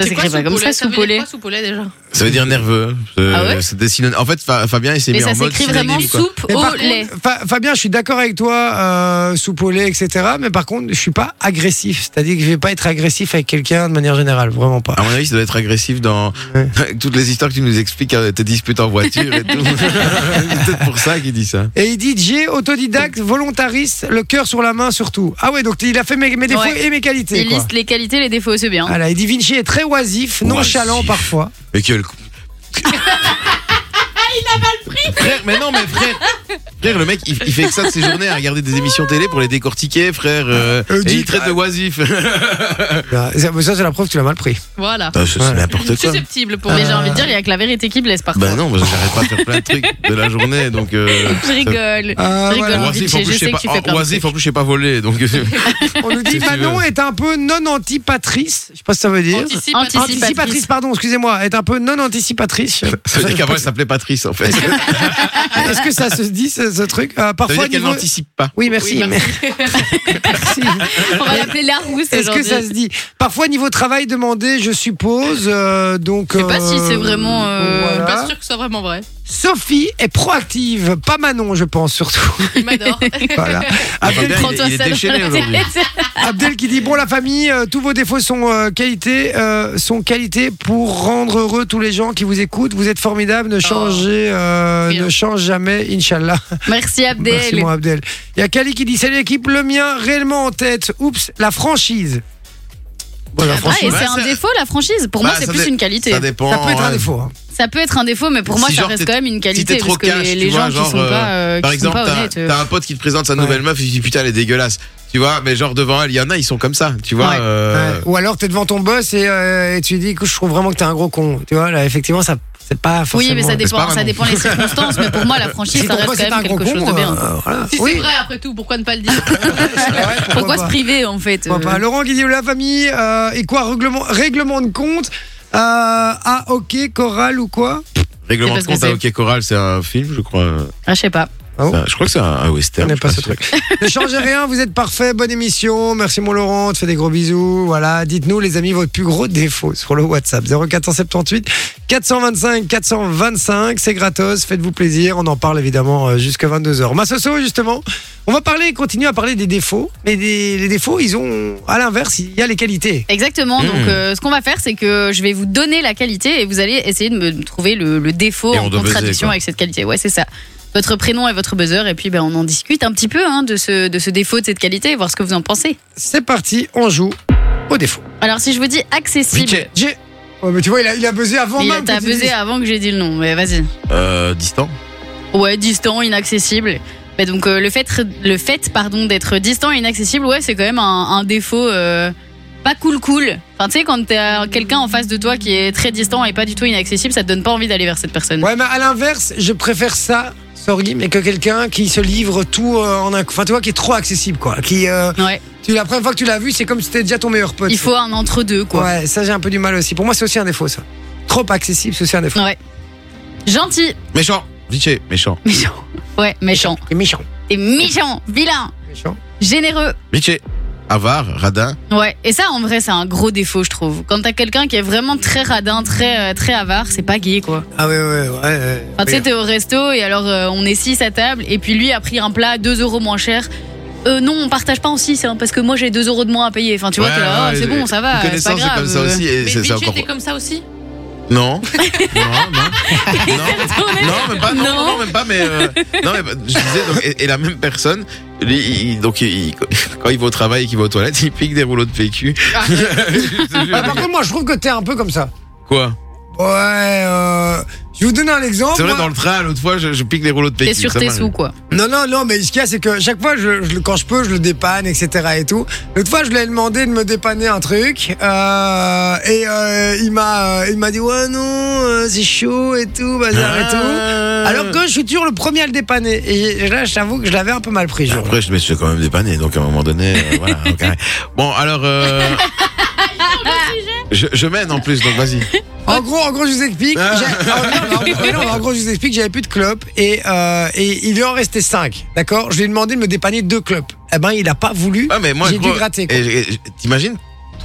Ça s'écrit pas comme ça,
sous
soupolé.
Soupolé déjà.
Ça veut dire nerveux. Euh,
Ah ouais
c'est des synonymes. En fait, Fa- Fabien, il s'est
Mais
mis
ça
en mode.
s'écrit
synonyme,
vraiment
quoi.
soupe
Mais
au
par
lait.
contre, Fa- Fabien, je suis d'accord avec toi, euh, soupe au lait, etc. Mais par contre, je suis pas agressif. C'est-à-dire que je vais pas être agressif avec quelqu'un de manière générale, vraiment pas.
À mon avis, ça doit être agressif dans
Ouais.
avec toutes les histoires que tu nous expliques, euh, tes disputes en voiture et tout. C'est peut-être pour ça qu'il dit ça.
Et il dit J, autodidacte, volontariste, le cœur sur la main surtout. Ah ouais, donc il a fait mes, mes défauts
Ouais.
et mes qualités.
Il
quoi.
liste hein. les qualités, les défauts, c'est bien.
Voilà, il dit Vinci est très oisif, nonchalant
Oisif.
parfois.
Mais quel coup. il a mal pris Frère, mais non, mais frère Frère, le mec, il, il fait que ça de ses journées à regarder des émissions télé pour les décortiquer, frère. euh,
Euh,
et
dis-
il traite de oisif.
Bah, Ça, mais ça, c'est la preuve que tu l'as mal pris.
Voilà.
Ah, c'est
Ouais.
n'importe quoi.
Susceptible pour
Mais
les
j'ai
gens.
envie de dire, il y a que la vérité qui blesse parfois.
Bah non, parce que j'arrête pas de faire plein de trucs de la journée, donc. euh,
Je rigole.
Ah,
je rigole,
voilà.
Vinci,
Oisif, en
je
plus, je
sais
sais
que
pas,
tu fais plein de
oisif, en
trucs.
plus, je sais pas voler, donc. euh,
On nous dit
Si tu
Manon est un peu non anticipatrice. Je sais pas ce que ça veut dire.
Anticipatrice.
Anticipatrice, pardon, excusez-moi, est un peu non anticipatrice.
Ça veut dire qu'avant, elle s'appelait Patrice, en fait. Ça veut
Est-ce que ça se dit ce, ce truc Euh, Parfois,
dire qu'elle
niveau-
n'anticipe pas.
oui, merci.
Oui,
merci.
On va l'appeler la rousse
Est-ce que
aujourd'hui.
ça se dit Parfois niveau travail demandé, je suppose. euh, donc, je
sais pas si c'est vraiment, euh,
Je suis pas sûre que ce soit vraiment vrai.
Bah, Sophie est proactive, pas Manon, je pense surtout.
Il m'adore.
Voilà.
Fabien,
Abdel,
il est-
Prends-toi
il est
Ah, ça dans
déchaîné
la
aujourd'hui.
tête.
Abdel qui dit bon la famille, euh, tous vos défauts sont euh, qualité, euh, sont qualité pour rendre heureux tous les gens qui vous écoutent. Vous êtes formidables,
Oh.
ne changez, euh,
Rien.
ne change jamais, inshallah.
Merci
Merci
Abdel. Ah,
mon Abdel. Il y a Kali qui dit salut l'équipe, le mien réellement en tête. Oups, la franchise. Bon, la
Ah,
franchise.
et
Bah,
c'est
ça-
un défaut la franchise Pour
Bah,
moi, c'est
ça
plus
dé-
une qualité.
Ça dépend.
Ça peut être un
ouais.
défaut. hein.
Ça peut être un défaut, mais pour
Si
moi, ça
genre
reste
t'es-
quand même une
t'es
qualité.
trop
parce que
cash,
les,
tu
les
vois,
gens
genre,
qui sont
euh,
pas, euh, qui
Par
sont
exemple,
pas
t'as
honnêtes, euh.
t'as un pote qui te présente sa nouvelle meuf, il dit putain, elle est dégueulasse. Tu vois, mais genre devant elle, il y en a, ils sont comme ça. Tu vois.
Ouais.
euh,
Ouais. Ou alors t'es devant ton boss et, euh, et tu dis écoute je trouve vraiment que t'es un gros con. Tu vois là effectivement ça c'est pas forcément.
Oui, mais ça
c'est pas
dépend, ça
vraiment.
dépend les circonstances. Mais pour moi, la franchise,
Si
ça
pour
reste
toi,
quand
c'est un
même
gros
quelque
con,
chose de bien.
euh, voilà.
Si
oui.
c'est vrai, après tout, pourquoi ne pas le dire
Ouais,
Pourquoi
bah.
se priver en fait
Pourquoi pas.
euh,
Laurent Guillaume, la famille, euh, et quoi règlement, règlement de compte euh, Ah, ok, chorale ou quoi
Règlement de
C'est parce
compte
que
à
c'est-
OK Coral, c'est un film, je crois.
Ah, je sais pas.
Oh.
C'est un- Je crois que c'est un, un
Je
western.
connais
je
pas ce
suis sûr.
truc. ne changez rien, vous êtes parfait, bonne émission. Merci mon Laurent, on te fait des gros bisous. Voilà, dites-nous les amis votre plus gros défaut sur le WhatsApp 0478 425 425, c'est gratos, faites-vous plaisir, on en parle évidemment euh, jusqu'à 22h. Massoso justement, on va parler, continuer à parler des défauts, mais des- les défauts, ils ont à l'inverse, il y a les qualités.
Exactement.
Mmh.
Donc, euh, ce qu'on va faire, c'est que je vais vous donner la qualité et vous allez essayer de me trouver le, le défaut
Et on
en
doit buzzer,
contradiction
quoi.
avec cette qualité. Ouais, c'est ça. Votre prénom et votre buzzer, et puis ben, on en discute un petit peu hein, de, ce, de ce défaut, de cette qualité, voir ce que vous en pensez.
C'est parti, on joue aux défauts.
Alors, si je vous dis accessible,
Piquet.
J'ai. Ouais, mais tu vois, il a, il a buzzé avant
il
même. que
t'a
tu
buzzé
dises.
avant que j'ai dit le nom, mais vas-y.
Euh, distant.
Ouais, distant, inaccessible. Mais donc, euh, le fait, le fait pardon, d'être distant et inaccessible, ouais, c'est quand même un, un défaut euh, pas cool, cool. Enfin, tu sais, quand t'as quelqu'un en face de toi qui est très distant et pas du tout inaccessible, ça te donne pas envie d'aller vers cette personne.
Ouais, mais à l'inverse, je préfère ça, sorry, mais que quelqu'un qui se livre tout euh, en un. Enfin, tu vois, qui est trop accessible, quoi. Qui, euh,
Ouais.
tu, la première fois que tu l'as vu, c'est comme si c'était déjà ton meilleur pote.
Il faut un entre-deux, quoi.
Ouais, ça, j'ai un peu du mal aussi. Pour moi, c'est aussi un défaut, ça. trop accessible sous un défaut.
Ouais. Gentil,
Méchant. Vichy, méchant.
méchant. Ouais, méchant.
Et méchant.
T'es méchant, vilain,
Méchant.
généreux.
Vichy. Avare, radin.
Ouais, et ça en vrai c'est un gros défaut je trouve. Quand t'as quelqu'un qui est vraiment très radin, très euh, très avare, c'est pas gay quoi.
Ah ouais, ouais, ouais. ouais.
Enfin, tu sais, t'es au resto et alors euh, on est 6 à table et puis lui a pris un plat à 2 euros moins cher. Euh, non, on partage pas en 6 parce que moi j'ai 2 euros de moins à payer. Enfin tu vois,
Ouais,
t'es là, oh,
ouais,
c'est
j'ai-
bon, ça va,
une
c'est pas
connaissance,
grave.
c'est comme ça aussi. Ah, Et c'est-
Mais
c'est
Vinci
encore...
était comme ça aussi
Non. non, non. Non, non, même pas, non,
Non.
non, non, même pas, mais, euh, non, mais bah, je disais, donc, et, et la même personne, lui, il- donc, il- quand il va au travail et qu'il va aux toilettes, il pique des rouleaux de PQ.
Ah.
Je te jure.
Ouais, par contre, moi, je trouve que t'es un peu comme ça.
Quoi?
Ouais, euh, je vais vous donner un exemple.
C'est vrai,
Moi-
dans le train, l'autre fois, je, je pique des rouleaux de PQ.
T'es sur
ça
tes
m'arrive.
sous quoi.
Non, non, non, mais ce qu'il y a, c'est que chaque fois, je, je- quand je peux, je le dépanne, etc. et tout. L'autre fois, je lui ai demandé de me dépanner un truc, euh, et euh, il m'a, euh, il m'a dit ouais non, euh, c'est chaud et tout, bazar et tout.
Ah.
Alors que je suis toujours le premier à le dépanner. Et là, je t'avoue que je l'avais un peu mal pris. Genre.
Après, je me suis quand même dépanné, donc à un moment donné, euh, voilà, au carré. Bon, alors. euh, je, je mène en plus, donc vas-y.
En gros, en gros, je vous explique.
Ah.
j'ai- en- non, non, mais non, en gros, je vous explique, j'avais plus de clopes et, euh, et il lui en restait 5 D'accord. Je lui ai demandé de me dépanner deux clopes. Eh ben, il a pas voulu.
Ah, mais moi,
J'ai dû
gros,
gratter. quoi.
et- et- T'imagines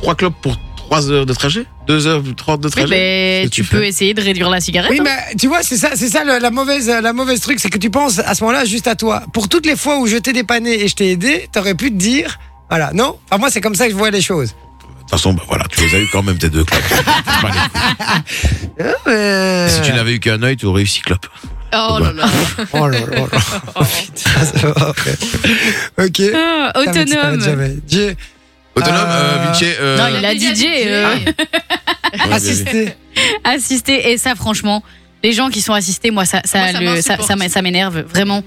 Trois clubs pour 3 heures de trajet 2 heures 30 de
Oui,
trajet
ben,
Qu'est-ce que
tu
tu
peux
fais
essayer de réduire la cigarette.
Oui,
hein.
mais tu vois, c'est ça, c'est ça le- la mauvaise, la mauvaise truc, c'est que tu penses à ce moment-là juste à toi. Pour toutes les fois où je t'ai dépanné et je t'ai aidé, t'aurais pu te dire, voilà, non. Enfin, moi, c'est comme ça que je vois les choses.
De toute façon, bah voilà, tu les as eu quand même, tes deux clopes. C'est pas les couilles. Si
Euh.
tu n'avais eu qu'un œil, tu aurais eu six clopes.
Oh
Bah.
là là.
Oh là là là là.
Oh.
Ça va, après. Ok. Putain,
Ah,
mais tu t'arrêtes
autonome.
jamais. J'ai
Autonome,
Euh,
euh, Vinci. euh,
Non, il a
Déjà
DJ,
DJ.
euh.
ouais, Ah. vas-y.
assisté.
Assister, et ça franchement, les gens qui sont assistés, moi ça, ça,
Moi, ça
le- ça,
m'insupporte.
ça m'é- ça m'énerve vraiment.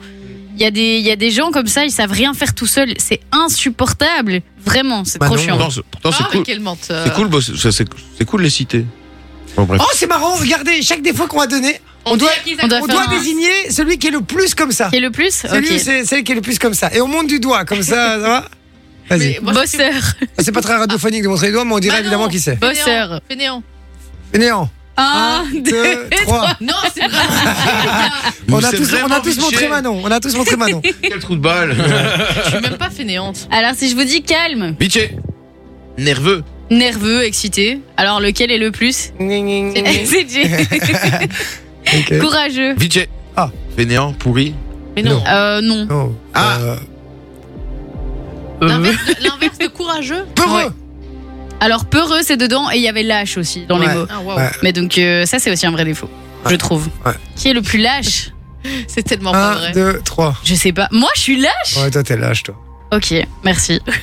Il y, a des, il y a des gens comme ça, ils savent rien faire tout seuls. C'est insupportable. Vraiment, c'est
Bah
trop
non,
chiant.
Pourtant, c'est pourtant, c'est
Ah, mais
cool.
quel menteur.
C'est cool, bah, c'est- c'est c'est cool de les citer. Bon, bref.
Oh, c'est marrant. Regardez, chaque défaut qu'on a donné,
On, doit, on
doit
on
faire
doit
un-
désigner celui qui est le plus comme ça.
Qui est le plus
Celui,
Ok.
c'est celle qui est le plus comme ça. Et on monte du doigt, comme ça, ça va Vas-y. Ah,
Mais moi,
Bosseur.
C'est pas très radiophonique de montrer les doigts, mais on dirait
Bah non.
évidemment qui c'est.
Bosseur.
Fainéant.
Néant.
Ah,
Un,
deux, trois.
Non, c'est vrai.
On
Mais
a,
c'est
tous, on a
vraiment
tous montré
Vinci.
Manon. On a tous montré Manon.
Quel trou de balle
Je suis même pas fainéante.
Alors si je vous dis calme,
Vinci Nerveux.
nerveux, excité, alors lequel est le plus C'est Jay.
Ok.
Courageux.
Vinci
Ah.
Fainéant, pourri.
Mais non.
Euh, non.
Non,
Ah.
euh,
L'inverse
Euh.
de- L'inverse de courageux.
peureux.
Ouais. Alors peureux, c'est dedans et il y avait lâche aussi dans
Ouais.
les mots.
Ah, waouh.
Ouais.
Mais donc euh, ça c'est aussi un vrai défaut, je trouve.
Ouais.
Qui est le plus lâche
C'est tellement pas
Un,
vrai.
deux, trois.
Je sais pas. Moi, je suis lâche.
Ouais, toi, t'es lâche, toi.
Ok, merci.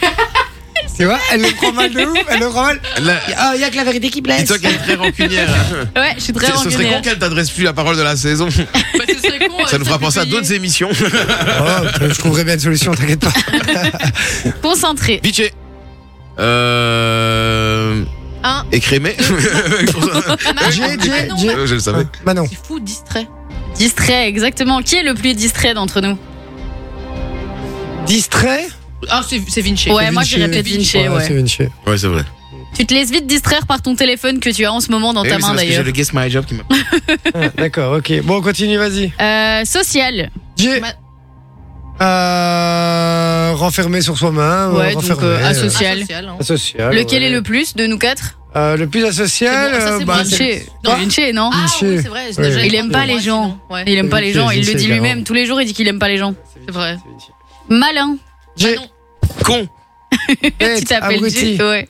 Tu vois, elle le prend mal de ouf. Elle le prend mal.
Là,
Ah, il y a que la vérité qui blesse.
Dis-toi qu'elle est très rancunière. hein.
Ouais, je suis très
C'est- Ce serait con
rancunière.
qu'elle t'adresse plus la parole de la saison.
Bah, ce serait con,
Ça
euh,
nous fera
se
penser à
publier.
d'autres émissions.
Oh, je trouverai bien une solution, t'inquiète pas.
Concentré.
Vinci Euh.
Un.
Écrémé.
Ah bah
Manon,
J'ai-
Manon,
j'ai-
Manon,
j'ai-
Je le savais.
Manon.
C'est fou, distrait.
Distrait, exactement. Qui est le plus distrait d'entre nous
Distrait.
Ah, c'est c'est Vinci.
Ouais, moi
Vinci.
j'irais peut-être Vinci, ouais.
c'est Vinci.
Ouais, c'est vrai.
Tu te laisses vite distraire par ton téléphone que tu as en ce moment dans
Eh
ta
oui, c'est
main
parce que J'ai
d'ailleurs.
le Guess My Job qui m'a.
Ah, D'accord, ok. Bon, continue, vas-y.
Euh, social.
J'ai.
Ma-
Euh, renfermé sur soi-même.
Ouais,
euh,
donc,
renfermé,
euh,
Ah,
associ-
euh,
Social.
social, hein.
Ah bah
Asocial.
Lequel
ouais.
est le plus de nous quatre
Euh, le plus asocial
C'est bon, ça,
euh,
c'est
bah,
bon,
c'est-
Vinci.
Quoi
Non, Vinci, non
Ah
Vinci.
oui, c'est vrai.
Ouais.
j'avais
Il aime pas
compris,
les gens.
sinon. Ouais.
Il aime pas les gens, il
Vinci,
le dit
également.
lui-même. Tous les jours, il dit qu'il aime pas les gens.
C'est vrai.
Malin.
J'ai.
Manon.
Con
Bête,
tu t'appelles
Eh, abruti.
Jay. Ouais.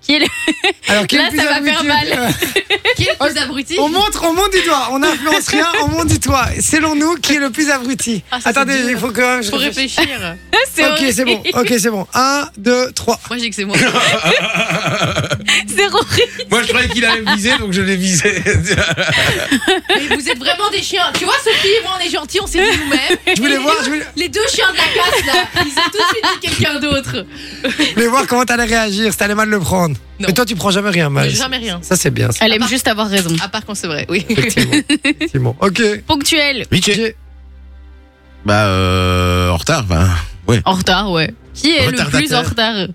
Qui est le...
Alors, quel
Là,
est le
ça
plus
va faire
abruti
Qui est le plus abruti
On montre, on montre du doigt. On n'influence rien, on montre du doigt. Selon nous, qui est le plus abruti
Ah, ça, c'est
Attendez,
dur.
il faut que même je
Faut
réfléchisse.
réfléchir.
c'est
Ok,
horrible.
c'est bon. Ok, c'est bon. Un, deux, trois.
Moi, j'ai que c'est moi.
C'est horrible.
Moi, je croyais qu'il allait me viser, donc je l'ai visé.
Mais vous êtes vraiment des chiens. Tu vois, Sophie et moi, on est gentils, on s'est dit nous-mêmes.
Je voulais voir, je voulais,
Les deux chiens de la casse, là, ils ont tout de suite dit quelqu'un d'autre.
je voulais voir comment t'allais réagir, si t'allais mal le prendre.
Non.
Mais toi, tu prends jamais rien mal.
Jamais rien.
Ça, c'est bien, ça,
Elle aime juste avoir raison.
À part quand c'est vrai, oui.
effectivement. effectivement. Ok.
Ponctuel.
Vinci
J'ai-
Bah, euh. En retard, bah.
En retard, ouais. Qui est le plus en
Retardataire.
retard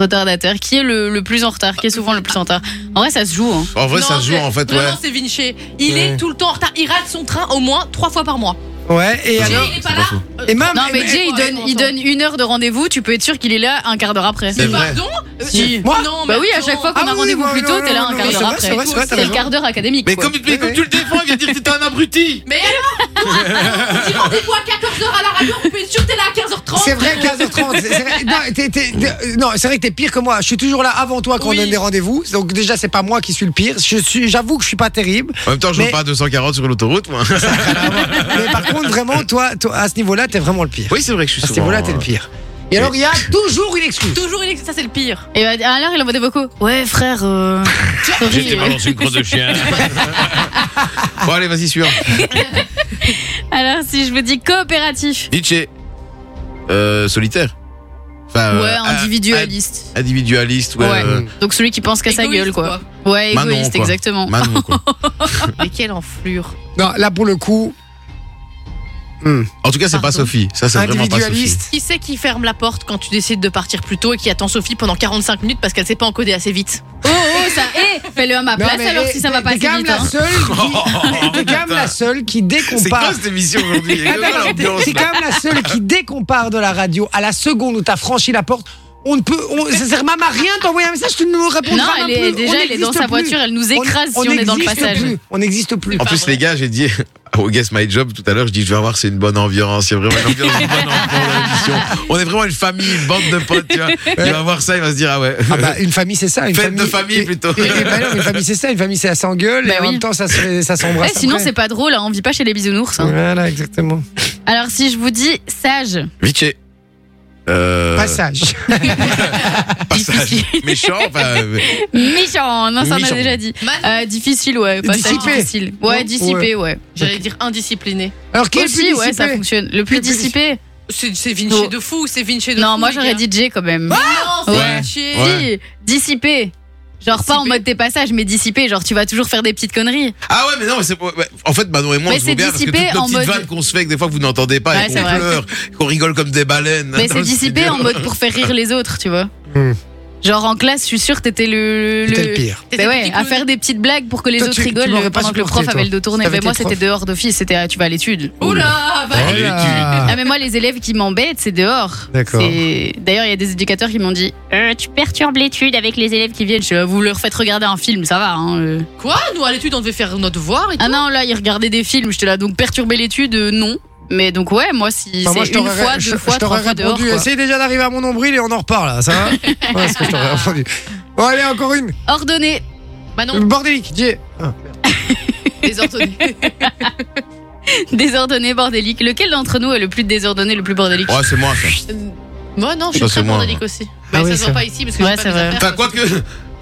retardateur. Qui est le, le plus en retard Qui est souvent le plus en retard En vrai, ça se joue. hein.
En vrai,
Non,
ça se joue
c'est-
en fait,
non,
ouais.
non, c'est Vinci. Il
Ouais.
est tout le temps en retard. Il rate son train au moins trois fois par mois.
Ouais, et
Jay,
alors.
il est pas là.
faux.
Euh,
Et même.
Non, mais
et-
Jay, il donne, il donne une heure de rendez-vous, tu peux être sûr qu'il est là un quart d'heure après.
C'est vrai.
Pardon Euh,
Si.
euh,
Moi
non, mais
Bah oui, à
attends.
chaque fois qu'on
Ah
a
oui,
rendez-vous
oui,
plus
oui,
tôt,
oui,
t'es là
oui, oui,
un quart
c'est
d'heure
vrai, c'est
après.
vrai, c'est vrai, t'as
C'est le
raison.
quart d'heure académique.
Mais
quoi.
comme, mais comme tu le défends, il va dire que t'es un abruti.
Mais alors Dis rendez-vous à 14h à la radio, on peut être sûr que t'es là à 15h30.
C'est vrai, 15h30. c'est- c'est vrai. Non, t'es- t'es- t'es- non, c'est vrai que t'es pire que moi. Je suis toujours là avant toi quand
Oui.
on donne des rendez-vous. Donc, déjà, c'est pas moi qui suis le pire. Je suis- J'avoue que je suis pas terrible.
En même temps, je roule
Mais-
pas à 240 sur l'autoroute, moi.
Mais par contre, vraiment, toi, toi, à ce niveau-là, t'es vraiment le pire.
Oui, c'est vrai que je suis
À ce
souvent. euh,
niveau-là, t'es le pire. Et alors, il y a toujours une excuse.
Toujours, il est- ça c'est le pire.
Et bah, alors, il envoie des vocaux. Ouais, frère. euh, sorry, euh,
une crotte de chien. bon, allez, vas-y, suivant.
Alors, si je vous dis coopératif.
Nietzsche. Euh, solitaire. Enfin, euh,
Ouais,
a-
individualiste.
a- individualiste, ouais.
Ouais.
euh,
Donc celui qui pense qu'à sa
Égoïste,
gueule, quoi. Ouais,
Manon,
égoïste,
quoi.
exactement.
Manon, quoi.
Mais quelle enflure.
Non, là, pour le coup. hmm,
En tout cas, c'est pas
Pardon.
Sophie. Ça, c'est vraiment pas Sophie.
Individualiste.
Qui c'est qui ferme la porte quand tu décides de partir plus tôt et qui attend Sophie pendant 45 minutes parce qu'elle s'est pas encodée assez vite
Oh, oh, ça. Eh, fais-le à ma
Non,
place
mais
alors si ça va
t'es-
pas
t'es quand
assez
même
vite.
la
hein. Oh,
seule qui- T'es quand même la seule qui, dès qu'on
C'est quoi
part.
cette émission aujourd'hui
Ah, d'accord. C'est quand même la seule qui, dès qu'on part de la radio, à la seconde où t'as franchi la porte, on ne peut. on- ça sert même à rien de t'envoyer un message, tu ne nous répondras
Non,
même
elle est,
plus. On
déjà, elle est dans
n'existe
sa
plus.
voiture, elle nous écrase si on est dans le
n'existe
passage.
plus. On n'existe plus.
En
Pas
plus,
vrai.
les gars, j'ai dit au Guess My Job tout à l'heure, je dis, je vais voir, c'est une bonne ambiance. Il y a vraiment une ambiance une bonne ambiance dans l'émission. On est vraiment une famille, une bande de potes, tu vois. Il va voir ça, il va se dire, ah ouais.
Ah bah, une famille, c'est ça. Une
Fête
famille,
de famille,
et-
plutôt.
et- et bah non, une famille, c'est ça. Une famille, c'est ça s'engueule
Bah
et en
oui.
même temps, ça se- ça s'embrasse.
Eh, sinon,
après.
c'est pas drôle, hein, on vit pas chez les bisounours. hein.
Voilà, exactement.
Alors, si je vous dis sage,
Vichy. Euh,
Passage.
Ah, passage. Méchant, enfin, euh,
méchant, non, ça on
Méchant.
a déjà dit.
Man,
Euh, difficile, ouais, pas sage,
Dissipé.
difficile. Ouais,
Non
dissipé, ouais.
J'allais dire indiscipliné.
Alors, qui est le plus
Aussi, ouais, ça
dissipé
fonctionne. Le plus
Le plus
dissipé
C'est c'est Vinci
Non.
de fou, c'est Vinci de fou.
Non, moi
les
j'aurais
gars. Ah,
dit J quand même.
Non, c'est
Ouais.
Vinci.
Ouais.
Si, dissipé. Genre pas en
Dissipé.
mode tes passages, mais dissipé. Genre tu vas toujours faire des petites conneries.
Ah ouais, mais non, mais c'est ouais, en fait Manon et moi
Mais
on se
c'est
voit bien parce que toutes
dissipé
nos
en
petites
mode-
vannes qu'on se fait que des fois vous n'entendez pas
Ouais,
et
c'est
qu'on
vrai.
pleure, qu'on rigole comme des baleines.
Mais
dans
c'est
le
dissipé
studio.
en mode pour faire rire les autres, tu vois.
Hmm.
Genre en classe, je suis sûre que t'étais le.
C'était le pire.
Bah ouais, à faire des petites blagues pour que les
Toi,
autres
tu- tu
rigolent
m'aurais pas
pendant que le
supporté,
prof
toi.
avait le dos tourné.
T'avais
Mais moi
été
c'était dehors d'office, c'était ah, tu vas à l'étude.
Oula, va
Oh,
Voilà.
Ah mais moi les élèves qui m'embêtent c'est dehors.
D'accord.
C'est- D'ailleurs il y a des éducateurs qui m'ont dit Euh, tu perturbes l'étude avec les élèves qui viennent. Je, suis là, vous leur faites regarder un film ça va. Hein, euh.
Quoi Nous, à l'étude, on devait faire nos devoirs et tout.
Ah non là ils regardaient des films. J'étais là donc perturber l'étude euh, non. Mais donc ouais moi si
Enfin, moi, je
c'est une
t'aurais-
fois
je-
deux fois
je
trois
t'aurais
fois dehors.
répondu.
quoi.
Essaye déjà d'arriver à mon nombril et on en reparle, là, ça va Ouais, ce que je t'aurais répondu. Bon, allez, encore une.
Ordonner.
Bah non,
Bordélique, Jay. Ah.
désordonné.
Désordonné bordélique. Lequel d'entre nous est le plus désordonné le plus bordélique
Ouais, c'est moi. ça.
Moi, non, je suis
Ça, c'est
très
moi. hein.
bordélique aussi. Mais
Ah oui,
ça se
c'est
voit pas ici parce que
Ouais,
j'ai pas
c'est
mes
vrai.
affaires.
Enfin, quoique,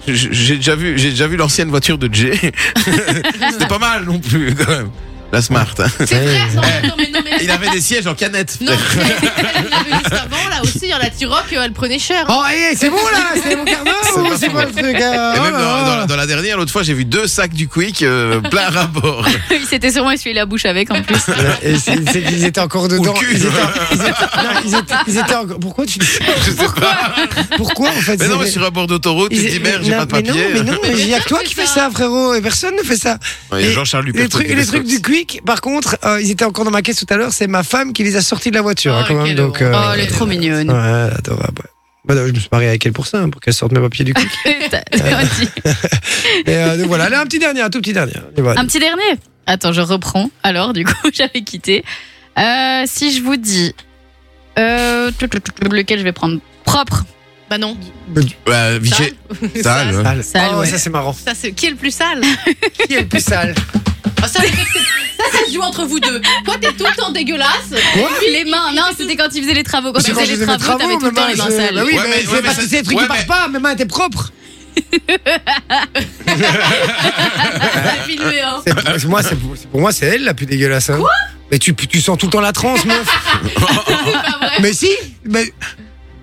je- j'ai déjà vu, j'ai déjà vu l'ancienne voiture de Jay. C'était pas mal non plus, quand même. La Smart. hein.
C'est vrai, ça, non, mais non, mais.
Il avait des sièges en canette.
Non, mais elle l'avait juste avant, là aussi, hein, la Tiroc, elle prenait cher.
Oh, hey, c'est bon, là C'est mon quart d'heure
C'est
ou
pas
C'est
faux.
quoi le truc euh,
Et
oh
même
là
dans,
là.
dans la- dans la dernière, l'autre fois, j'ai vu deux sacs du Quick euh, plein à bord.
Il s'était sûrement essuyé la bouche avec en plus.
Oh Et c'est- c'est qu'ils étaient encore
Ou
dedans.
le cul.
Ils étaient, ils étaient- non, ils étaient- ils étaient encore. Pourquoi tu dis ça
Je sais pas.
Pourquoi en fait
Mais non,
c'est-
mais sur un bord d'autoroute, tu
ils-
te dis merde, j'ai
non,
pas de
mais non,
papier.
Mais non, mais il y a que toi qui fais ça, frérot. Et personne ne fait ça.
Ouais, il y a
Et
Jean-Charles Lucas.
Les trucs, les trucs du quick, par contre, euh, ils étaient encore dans ma caisse tout à l'heure. C'est ma femme qui les a sortis de la voiture,
Oh,
hein, quand même.
quelle
Donc,
Oh
horreur.
elle est trop mignonne.
ouais, adorable. ouais. Bah, non, je me suis marié avec elle pour ça, hein, pour qu'elle sorte mes papiers du quick.
T'as- t'as dit.
Et euh, donc voilà, là, un petit dernier, un tout petit dernier. Et voilà.
Un petit dernier Attends, je reprends. Alors, du coup, j'avais quitté. Euh, si je vous dis. Euh, tout, tout, tout, tout, lequel je vais prendre Propre.
Bah non.
Ouais, Vichy. Sale, ouais.
Sale.
Sale,
Oh,
ouais.
ça c'est marrant.
Ça, c'est qui est le plus sale
Qui est le plus sale
Ah, ça, les mecs, c'est- ça, ça se joue entre vous deux. Toi, t'es tout le temps dégueulasse.
Quoi
les mains, non, c'était quand ils faisaient les travaux. Quand
C'est
ils
quand
faisaient
je
les
fais mes
travaux, t'avais tout le temps
mes
les mains
c'est-
sales.
Bah oui,
Ouais, mais-
mais
ouais,
c'est parce
mais
que
ça-
c'est des trucs qui
ouais,
partent
mais-
pas, mes mains étaient propres. Bah
T'as filmé, hein.
C'est- pour moi, c'est pour, c'est- pour moi, c'est elle la plus dégueulasse. Quoi Mais tu, tu sens tout le temps la transe, meuf.
C'est pas vrai.
mais si, mais.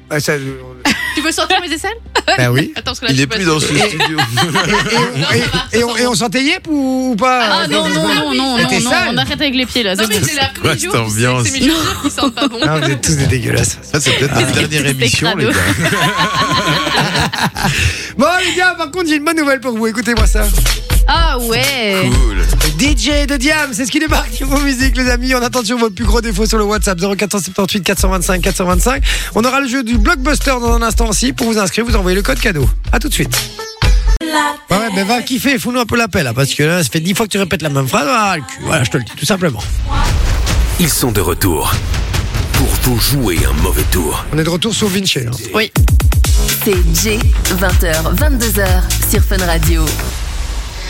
Ah, ça, euh,
Tu veux sentir mes aisselles
Ben oui.
Attends, parce que là,
Il
je
est
suis pas
plus dans ce
sûre.
studio.
Non, ça va,
Et
ça
on,
sort.
et on sentait yep ou, ou pas
Ah non, non, non, non,
Mais t'es
non, non,
sale.
on arrête avec les pieds là.
Non,
c'est
mais
bon.
c'est la
Ouais, cette ambiance.
C'est mes chaussures qui sentent pas bon.
Ah, Vous êtes tous des dégueulasses.
Ça, c'est peut-être la dernière
C'était
émission, les
crado.
gars.
Bon les gars, par contre j'ai une bonne nouvelle pour vous, écoutez-moi ça.
Ah ouais.
Cool.
DJ de Diam, c'est ce qui débarque niveau musique les amis. On attend toujours vos plus gros défauts sur le WhatsApp 0478 425 425. On aura le jeu du blockbuster dans un instant aussi. Pour vous inscrire, vous envoyez le code cadeau. À tout de suite. Ouais, ouais, ben va kiffer, fous-nous un peu la paix là, parce que là, ça fait 10 fois que tu répètes la même phrase, ah, le cul. voilà, je te le dis tout simplement.
Ils sont de retour pour vous jouer un mauvais tour.
On est de retour sur Vinci. là.
Oui.
C'est J, 20h, 22h sur Fun Radio.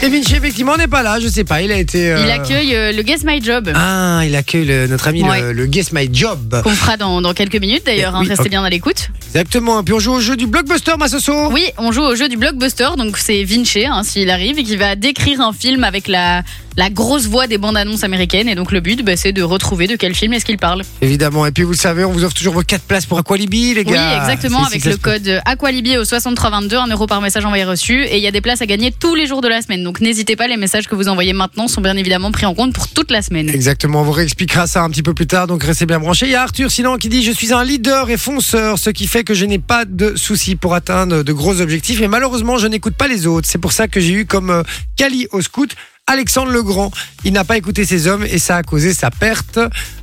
Et Vinci, effectivement, n'est pas là, je sais pas, il a été. euh,
Il accueille euh, le Guess My Job.
Ah, il accueille le- notre ami le,
Ouais.
le Guess My Job.
Qu'on fera dans, dans quelques minutes d'ailleurs, hein,
Oui,
restez
ok.
bien à l'écoute.
Exactement, et puis on joue au jeu du blockbuster, ma soso.
Oui, on joue au jeu du blockbuster, donc c'est Vinci hein, s'il arrive et qui va décrire un film avec la, la grosse voix des bandes annonces américaines. Et donc le but, bah, c'est de retrouver de quel film est-ce qu'il parle.
Évidemment, et puis vous le savez, on vous offre toujours vos 4 places pour Aqualibi, les
Oui,
gars. Si,
exactement,
si,
avec
ça
le
se peut.
code Aqualibi au 6322, 1 euro par message envoyé reçu. Et il y a des places à gagner tous les jours de la semaine. Donc n'hésitez pas, les messages que vous envoyez maintenant sont bien évidemment pris en compte pour toute la
Ah,
semaine.
Exactement, on vous réexpliquera ça un petit peu plus tard, donc restez bien branchés. Il y a Arthur sinon qui dit Je suis un leader et fonceur, ce qui fait que je n'ai pas de soucis pour atteindre de gros objectifs. Et malheureusement, je n'écoute pas les autres. C'est pour ça que j'ai eu comme euh, Cali au scout. Alexandre Legrand, il n'a pas écouté ses hommes et ça a causé sa perte.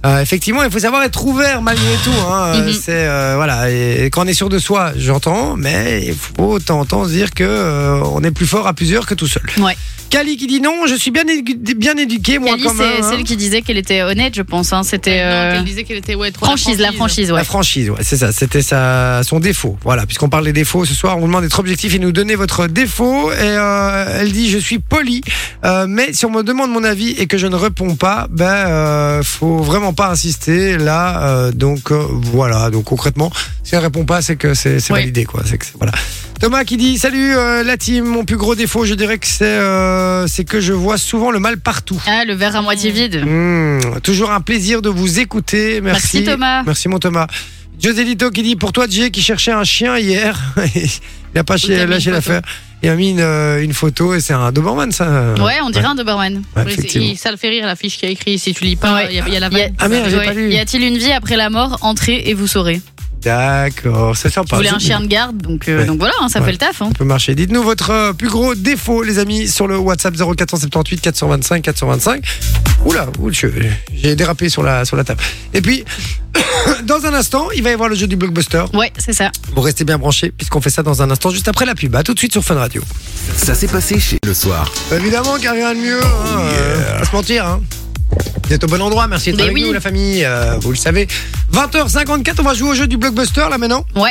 Euh, effectivement, il faut savoir être ouvert malgré tout. hein. Euh,
Mhm.
C'est euh, voilà, et, et quand on est sûr de soi, j'entends, mais il faut de temps en temps se dire que euh, on est plus fort à plusieurs que tout seul.
Ouais.
Cali qui dit non, je suis bien, édu- bien éduqué, moi
Cali,
quand même.
c'est
hein.
celle qui disait qu'elle était honnête, je pense. hein, C'était
Non,
euh,
qu'elle disait qu'elle était ouais, trop
franchise, la franchise, ouais.
La franchise, ouais, c'est ça. C'était sa, son défaut. Voilà, puisqu'on parle des défauts ce soir, on vous demande d'être objectif et nous donner votre défaut. Et euh, elle dit Je suis poli, euh, mais si on me demande mon avis et que je ne réponds pas, ben, euh, faut vraiment pas insister. Là, euh, donc euh, voilà. Donc concrètement, si elle répond pas, c'est que c'est c'est
Oui.
validé, quoi. C'est que c'est- voilà. Thomas qui dit Salut euh, la team, mon plus gros défaut, je dirais que c'est euh, c'est que je vois souvent le mal partout.
Ah, le verre à moitié vide.
Mmh, toujours un plaisir de vous écouter. Merci,
Merci, Thomas.
Merci mon Thomas. Joselito qui dit pour toi Jay qui cherchait un chien hier, il n'a pas
a mis
ché-
une
lâché
photo.
l'affaire. Il a mis une, euh, une photo et c'est un Doberman ça.
Ouais, on dirait un Doberman.
Ouais,
Oui, c'est-
effectivement.
il- ça le fait rire la fiche qui a écrit. Si tu lis pas,
Ouais.
il y a- il y, a la
Y a-
vanne.
Ah merde, j'ai
Ouais.
pas lu. Bah,
Y a-t-il une vie après la mort Entrez et vous saurez.
D'accord, c'est
Vous
sympa.
voulez
C'est-
un chien de garde, donc, euh,
Ouais.
donc voilà, hein, ça
Ouais.
fait le taf. hein.
Ça peut marcher. Dites-nous votre euh, plus gros défaut, les amis, sur le WhatsApp 0478 425 425. Oula, ouh, je- j'ai dérapé sur la, sur la table. Et puis, dans un instant, il va y avoir le jeu du blockbuster.
Ouais, c'est ça.
Vous restez bien branchés, puisqu'on fait ça dans un instant, juste après la pub. À tout de suite sur Fun Radio.
Ça s'est passé chez le soir.
Évidemment qu'il n'y a rien de mieux, hein, euh, pas se mentir. hein. Vous êtes au bon endroit, merci d'être
Mais
avec
oui.
nous, la famille, euh, vous le savez. 20h54, on va jouer au jeu du blockbuster là maintenant.
Ouais.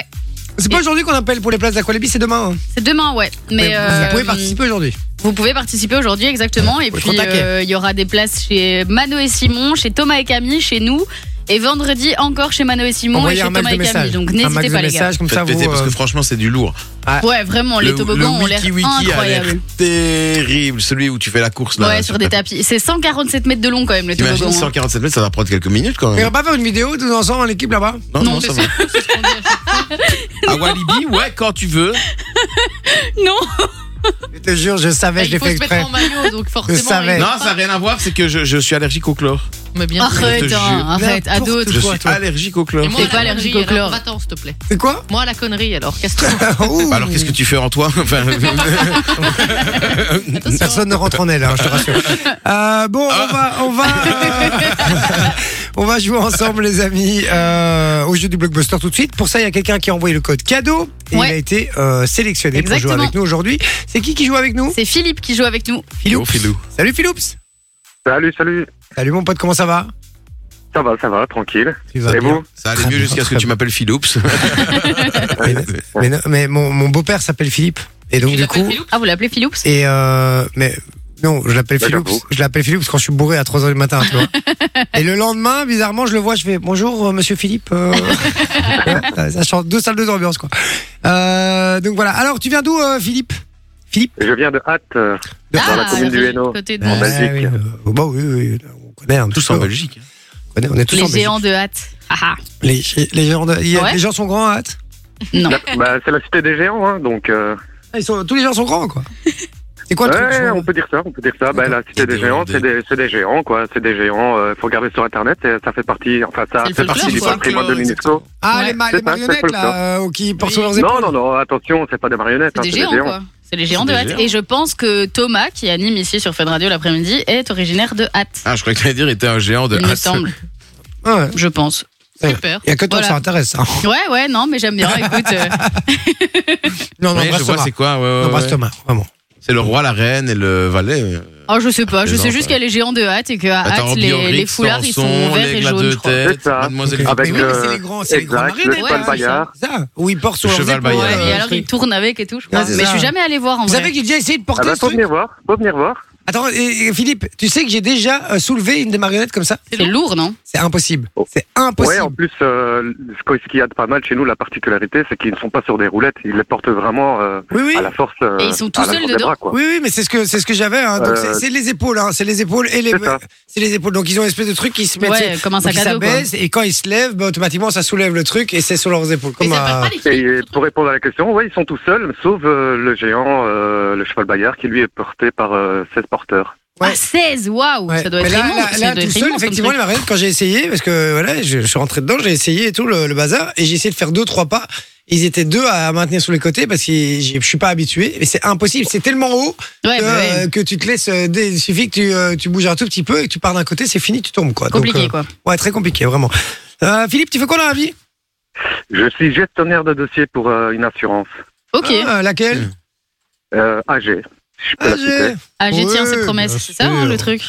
C'est pas
Et-
aujourd'hui qu'on appelle pour les places d'Aqualibi, c'est demain. hein.
C'est demain, ouais. Mais,
vous,
euh,
pouvez participer aujourd'hui.
Vous pouvez participer aujourd'hui, exactement. Et
Faut être
puis,
au taquet.
euh, il y aura des places chez Mano et Simon, chez Thomas et Camille, chez nous. Et vendredi, encore chez Mano et Simon
Envoyez
et
un
chez
max
Thomas
de
et Camille.
messages.
Donc,
un max
n'hésitez
de
pas, les gars.
messages, comme ça
Faites
vous.
péter, parce
euh,
que franchement, c'est du lourd.
Ouais, vraiment, les toboggans ont l'air
wiki wiki a l'air
incroyables.
terrible. Celui où tu fais la course
Bah,
là.
Ouais, sur des tapis. C'est 147 mètres de long, quand même, le toboggan. hein.
T'imagines
hein.
147 mètres, ça va prendre quelques minutes quand
Mais on
même.
va pas faire une vidéo tous ensemble en équipe là-bas
Bah,
Non,
ça
c'est
va.
ça. c'est ce qu'on dit à chaque fois.
À Walibi, ouais, quand tu veux.
Non,
Je te jure, je savais, je l'ai
Il faut
fait
se mettre
exprès.
en maillot, donc forcément.
savais.
il-
Non, ça n'a rien à voir, c'est que je, je suis allergique au chlore.
Mais bien sûr.
Je te
arrête,
jure.
hein, arrête, à
N'importe
d'autres.
Je
quoi,
suis
toi
allergique au
Et
chlore.
moi,
T'es pas
la connerie,
allergique au
alors,
chlore.
Va-t'en, s'il te plaît.
C'est quoi
Moi, la connerie, alors, casse-toi.
Bah,
Ouh.
Bah, Alors qu'est-ce que tu fais en toi Enfin,
Personne ne rentre en elle, hein, je te rassure. Euh, bon, on va,
Ah.
on va, euh, on va jouer ensemble, les amis, euh, au jeu du blockbuster tout de suite. Pour ça, il y a quelqu'un qui a envoyé le code cadeau et
Ouais.
il a été euh, sélectionné pour jouer
Exactement.
avec nous aujourd'hui. C'est qui qui joue avec nous
C'est Philippe qui joue avec nous.
Philou, Philou.
Salut Philoups.
Salut, salut.
Salut mon pote, comment ça va
Ça va, ça va, tranquille.
Tu vas
Et
bien Ah,
vous
Ça allait mieux jusqu'à ce que tu m'appelles Philoups.
Mais, mais non, mais mon, mon beau-père s'appelle Philippe et donc
Tu
du
l'appelles
coup
Philou
Ah, vous l'appelez Philips
et euh, mais non, je l'appelle
Bah,
Philippe.
j'avoue.
Je l'appelle Philippe quand je suis bourré à 3h du matin, tu vois. Et le lendemain, bizarrement, je le vois, je fais bonjour, euh, monsieur Philippe. euh. Ouais, ça change deux salles, deux ambiances, quoi. Euh, donc voilà. Alors, tu viens d'où, euh, Philippe Philippe
Je viens de Hâte. euh,
De-
Dans la
Ah,
commune du
oui,
Hainaut.
côté de-
Ah,
Belgique.
oui, euh, bah oui, oui, on connaît un petit
Tous en
peu.
Belgique. hein.
On connaît- on est tous en
Les
Belgique.
géants de hâte. Ah, ah.
Les, les, gens de- il y a-
Ouais.
les gens sont grands hein, à hâte.
Non.
La- bah, c'est la cité des géants, hein, donc. euh,
Ah, ils sont- tous les gens sont grands, quoi. C'est quoi le
ouais,
truc genre
on peut dire ça, on peut dire ça. Bah, la cité
Et
des
des-
géants,
des-
c'est des, c'est des géants, quoi. C'est des géants. euh, faut regarder sur internet, et ça fait partie, enfin, ça
C'est le
fait partie
folklore,
du
quoi.
patrimoine de
Folklore,
l'UNESCO.
Ah,
Ouais.
les, ma-
C'est
les
ça, c'est
marionnettes,
folklore.
là, euh, qui portent sur leurs épaules.
Non, non, non, attention, c'est pas des marionnettes,
C'est des
hein,
géants, quoi. C'est les géants
C'est
de
des
Hâte.
géants.
Et je pense que Thomas, qui anime ici sur Fun Radio l'après-midi, est originaire de Hâte,
Ah, je croyais que t'allais dire, était un géant de
il me
hâte.
semble,
Ah Ouais.
je pense.
Ouais.
Super.
Il y a que toi
Voilà.
que ça intéresse. hein.
Ouais, ouais, non, mais j'aime bien. Écoute, euh,
Non, non,
Ouais,
embrasse
je vois,
Thomas.
c'est quoi ouais, ouais,
Non, embrasse
ouais.
Thomas, vraiment.
C'est le roi, la reine et le valet.
oh, je sais pas. Je
Mais
sais
non,
juste
ça-
qu'elle est géante de Hâte et qu'à
Attends,
Hâte,
Ruby
les,
Henrix,
les foulards, ils sont
Samson,
verts
l'aigle
et
à
jaune,
deux
jaunes, je crois.
têtes,
C'est ça.
Mademoiselle
Ok. mais
Avec
oui, mais
le-
c'est les grands, c'est les grands
exact, Ah
marionnettes.
le
là,
cheval Bayard.
c'est ça. Où ils portent sur
Le
leurs
cheval
épaules.
Bayard.
euh,
Ouais, et
le
alors,
truc.
ils tournent avec et tout, je crois.
Ouais, c'est
mais je
ça.
suis jamais allée voir en
Vous
vrai.
savez que j'ai déjà essayé de
Ah
porter
bah,
ce
faut
truc
venir voir, faut venir voir.
Attends, et- et Philippe, tu sais que j'ai déjà euh, soulevé une des marionnettes comme ça
C'est lourd, non
C'est impossible.
Oh.
C'est
Ouais,
impossible.
en plus, euh, ce que- ce qu'il y a de pas mal chez nous, la particularité, c'est qu'ils ne sont pas sur des roulettes. Ils les portent vraiment euh,
oui, oui.
à la force. euh,
Et ils sont
à
tout
la
seuls
force des
dedans
bras, quoi.
Oui, oui, mais c'est ce que c'est ce que j'avais. hein. Donc, c'est-
Euh,
c'est les épaules, hein. c'est les épaules et les
C'est ça.
c'est les épaules. Donc ils ont une espèce de truc qui se met,
Ouais, comme un
donc,
sac
ils
à dos. quoi.
s'abaissent et quand ils se lèvent, bah, automatiquement ça soulève le truc et c'est sur leurs épaules.
Mais
Comme
ça parle
un-
pas les filles.
Et pour répondre à la question, ouais, ils sont tout seuls, sauf euh, le géant, euh, le cheval Bayard, qui lui est porté par euh, 16 porteurs.
Ouais.
Ah, 16, waouh
Ouais.
Ça doit
Mais
être
là,
immense.
là,
ça
là,
doit
tout
être
seul,
immense, comme
effectivement, les
truc.
marionnettes, quand j'ai essayé, parce que voilà, je, je suis rentré dedans, j'ai essayé et tout le, le bazar, et j'ai essayé de faire deux trois pas. Ils étaient deux à maintenir sur les côtés parce que j'ai- je suis pas habitué, mais c'est impossible. C'est tellement haut
Ouais,
que,
bah ouais.
euh, que tu te laisses. euh, dé- Il suffit que tu, euh, tu bouges un tout petit peu et que tu pars d'un côté, c'est fini, tu tombes quoi. Donc,
Compliqué,
euh,
quoi.
Ouais, très compliqué, vraiment. Euh, Philippe, tu fais quoi dans la vie
Je suis gestionnaire de dossier pour euh, une assurance
Ok.
Ah, laquelle Ah,
euh, AG. Je peux la
AG.
citer.
AG tient
Ouais,
ses promesses,
bien
c'est ça hein,
sûr.
le truc